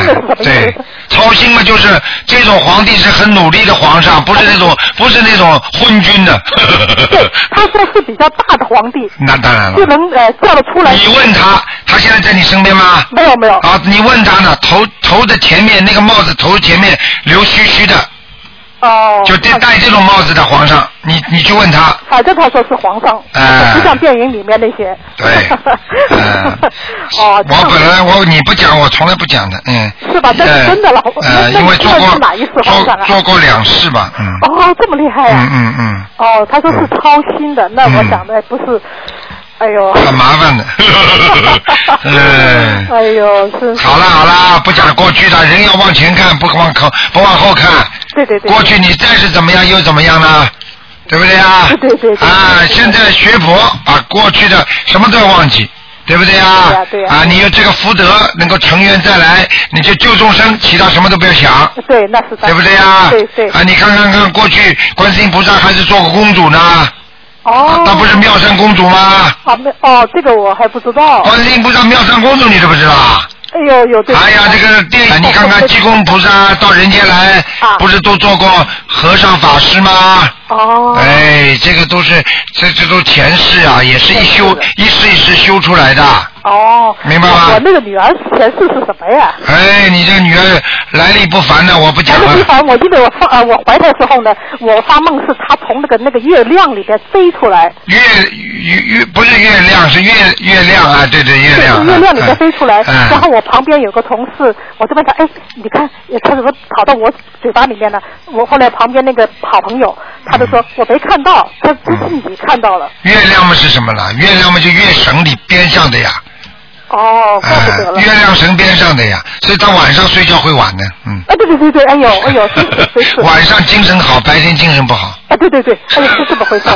S7: 的是什么意
S1: 对
S7: 思？，
S1: 操心嘛，就是这种皇帝是很努力的皇 上，不是那种不是那种昏君的。
S7: 他说是比较大的皇帝，
S1: 那当然了
S7: 就。能呃叫得出来。
S1: 你问他，他现在在你身边吗？
S7: 没有没有。
S1: 啊，你问他呢，头头的前面那个帽子头前面留须须的。
S7: 哦。
S1: 就戴戴这种帽子的皇上，你你去问 他，
S7: 反正他说是皇上，
S1: 哎
S7: 不像电影里面那些。
S1: 对嗯，
S7: 哦，这
S1: 我
S7: 样
S1: 本来我你不讲，我从来不讲的，嗯。
S7: 是吧？但是真的了，我
S1: 呃，
S7: 那
S1: 因为
S7: 那你
S1: 做
S7: 算
S1: 过
S7: 是哪一次皇上啊？
S1: 做过两世吧，嗯。
S7: 哦，这么厉害呀、
S1: 嗯嗯嗯，
S7: 哦，他说是操心的，那我想的不是，哎呦，
S1: 很麻烦的。 嗯，
S7: 哎呦，是
S1: 好了好了，不讲过去了，人要往前看，不往后不往后看。
S7: 对对对。
S1: 过去你再是怎么样又怎么样呢？对不对啊？对
S7: 对对。
S1: 啊，现在学佛，把过去的什么都要忘记。对不对啊？对啊，你有这个福德，能够成缘再来，你就救众生，其他什么都不要想。
S7: 对，那是
S1: 对不对呀？
S7: 对对
S1: 啊，你看看看，过去观世音菩萨还是做过公主呢。啊
S7: 哦。
S1: 那不是妙善公主吗？
S7: 啊没哦，这个我还不知道。
S1: 观世音菩萨妙善公主，你知不知道啊？
S7: 哦哎呦，有这个。
S1: 哎呀，这个电
S7: 哦
S1: 影，你看看济公菩萨到人间来，
S7: 啊
S1: 不是都做过和尚法师吗？
S7: 哦。
S1: 哎，这个都是这这都前世啊，也是一修一世一世修出来的。
S7: 哦。
S1: 明白吗
S7: 我那个女儿前世是什么 呀？
S1: 哎，你这个女儿来历不凡的，我不讲
S7: 那个地
S1: 了。
S7: 方，我记得我发呃我怀胎时候呢，我发梦是她从那个那个月亮里边飞出来，
S1: 月月月不是月亮，是月月亮啊，对对月亮啊。
S7: 对 月亮里
S1: 哎
S7: 面飞出来，
S1: 嗯
S7: 然后我旁边有个同事，我就问他，哎，你看他怎么跑到我嘴巴里面了？我后来旁边那个好朋友，他
S1: 嗯
S7: 就说、我没看到，他就是你看到了。
S1: 月亮嘛是什么了？月亮嘛就月神里边上的呀。
S7: 哦，
S1: 怪不得了、月亮神边上的呀，所以他晚上睡觉会晚的，嗯。
S7: 哎，对对对对，哎呦哎呦，真是真是，
S1: 晚上精神好，白天精神不好。
S7: 哎对对对，哎呦是这么回 事，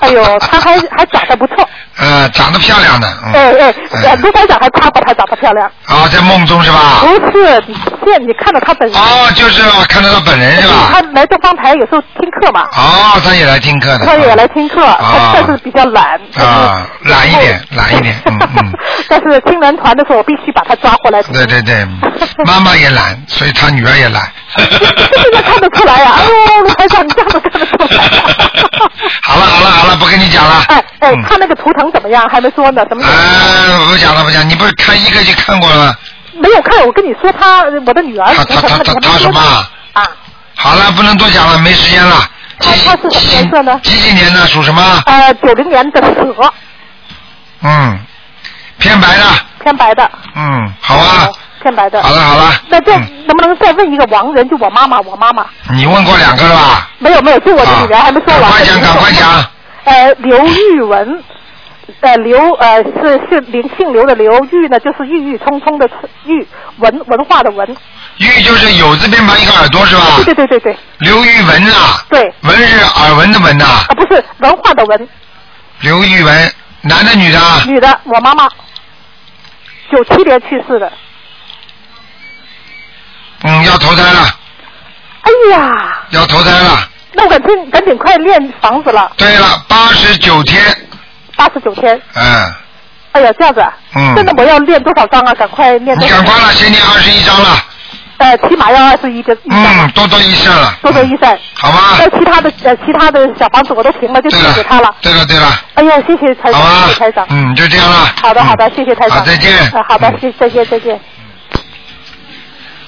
S7: 哎呦他还还长得不错，
S1: 呃，长得漂亮的，嗯。
S7: 哎哎，呃卢台长还夸过她长得漂亮，
S1: 啊，在梦中是吧？
S7: 不是，你见你看到她本人，
S1: 哦，就是我看到他本人是吧？
S7: 她来东方台有时候听课嘛，
S1: 哦，他也来听课的。
S7: 她也来听课，
S1: 啊
S7: 她但是比较懒，
S1: 啊，懒一点，懒一点，嗯嗯，
S7: 但是青年团的时候，我必须把他抓过来。
S1: 对对对，妈妈也懒，所以他女儿也 懒。
S7: 这能看得 出来呀、哎呦，卢台长，你这样都看得出来、啊
S1: 好了好了好了，不跟你讲了。
S7: 哎哎，看那个图腾怎么样？还没说呢，什么时候、
S1: 呃，不讲了不讲，你不是看一个就看过了吗？
S7: 没有看？我跟你说他，呃我的女儿，
S1: 他他他他他什么？啊？好了，不能多讲了，没时间了。
S7: 他他是什么颜色呢？
S1: 几几年的？属什么？
S7: 呃，九零年的蛇，
S1: 嗯，偏白的，
S7: 偏白的，
S1: 嗯，好啊，
S7: 偏白的。
S1: 好了好了。嗯
S7: 那再、能不能再问一个亡人？就我妈妈，我妈妈
S1: 你问过两个了吧？啊
S7: 没有没有，就我的女儿、还没说完。
S1: 赶快讲，赶快讲。
S7: 呃，刘玉文，呃，刘呃是是刘姓刘的刘，郁呢就是郁郁葱葱的郁，文文化的文。
S1: 郁就是有字边旁一个耳朵是吧？
S7: 对对对对，
S1: 刘玉文啊，
S7: 对，
S1: 文是耳闻的闻呐、
S7: 啊不是文化的文，
S1: 刘玉文，男的女的啊？
S7: 女的，我妈妈，九七年去世的。
S1: 嗯，要投胎了，
S7: 哎呀，
S1: 要投胎了。
S7: 那我赶紧赶紧快练房子了，
S1: 对了，八十九天，
S7: 八十九天。
S1: 嗯，
S7: 哎呀，这样子啊，
S1: 嗯
S7: 真的我要练多少张啊？赶快练多少？
S1: 赶快了，先念二十一章了，
S7: 呃，起码要二十一个一张啊，
S1: 嗯，多多益善了。
S7: 多多益善。
S1: 好吧。
S7: 那其他的呃，其他的小房子我都停了，就寄给他了。
S1: 对了对了，
S7: 哎呀，谢谢台长，谢谢台长。
S1: 嗯，就这样了。
S7: 好的，好的，谢谢台长。
S1: 好再见嗯
S7: 呃好的，谢，再见，再见。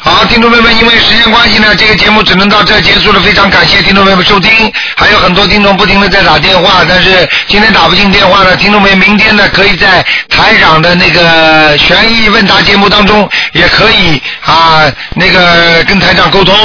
S1: 好，听众朋友们，因为时间关系呢，这个节目只能到这儿结束了。非常感谢听众朋友们收听，还有很多听众不停的在打电话，但是今天打不进电话呢，听众朋友明天呢可以在台长的那个悬疑问答节目当中，也可以啊那个跟台长沟通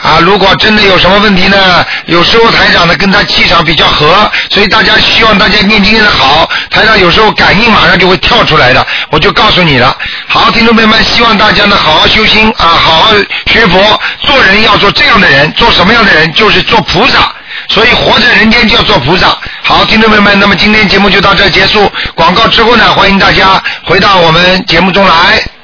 S1: 啊。如果真的有什么问题呢，有时候台长呢跟他气场比较合，所以大家希望大家念经念得好，台长有时候感应马上就会跳出来的，我就告诉你了。好，听众朋友们，希望大家呢好好修心啊，好好学佛，做人要做这样的人，做什么样的人，就是做菩萨。所以活在人间就要做菩萨。好，听众朋友们，那么今天节目就到这儿结束。广告之后呢，欢迎大家回到我们节目中来。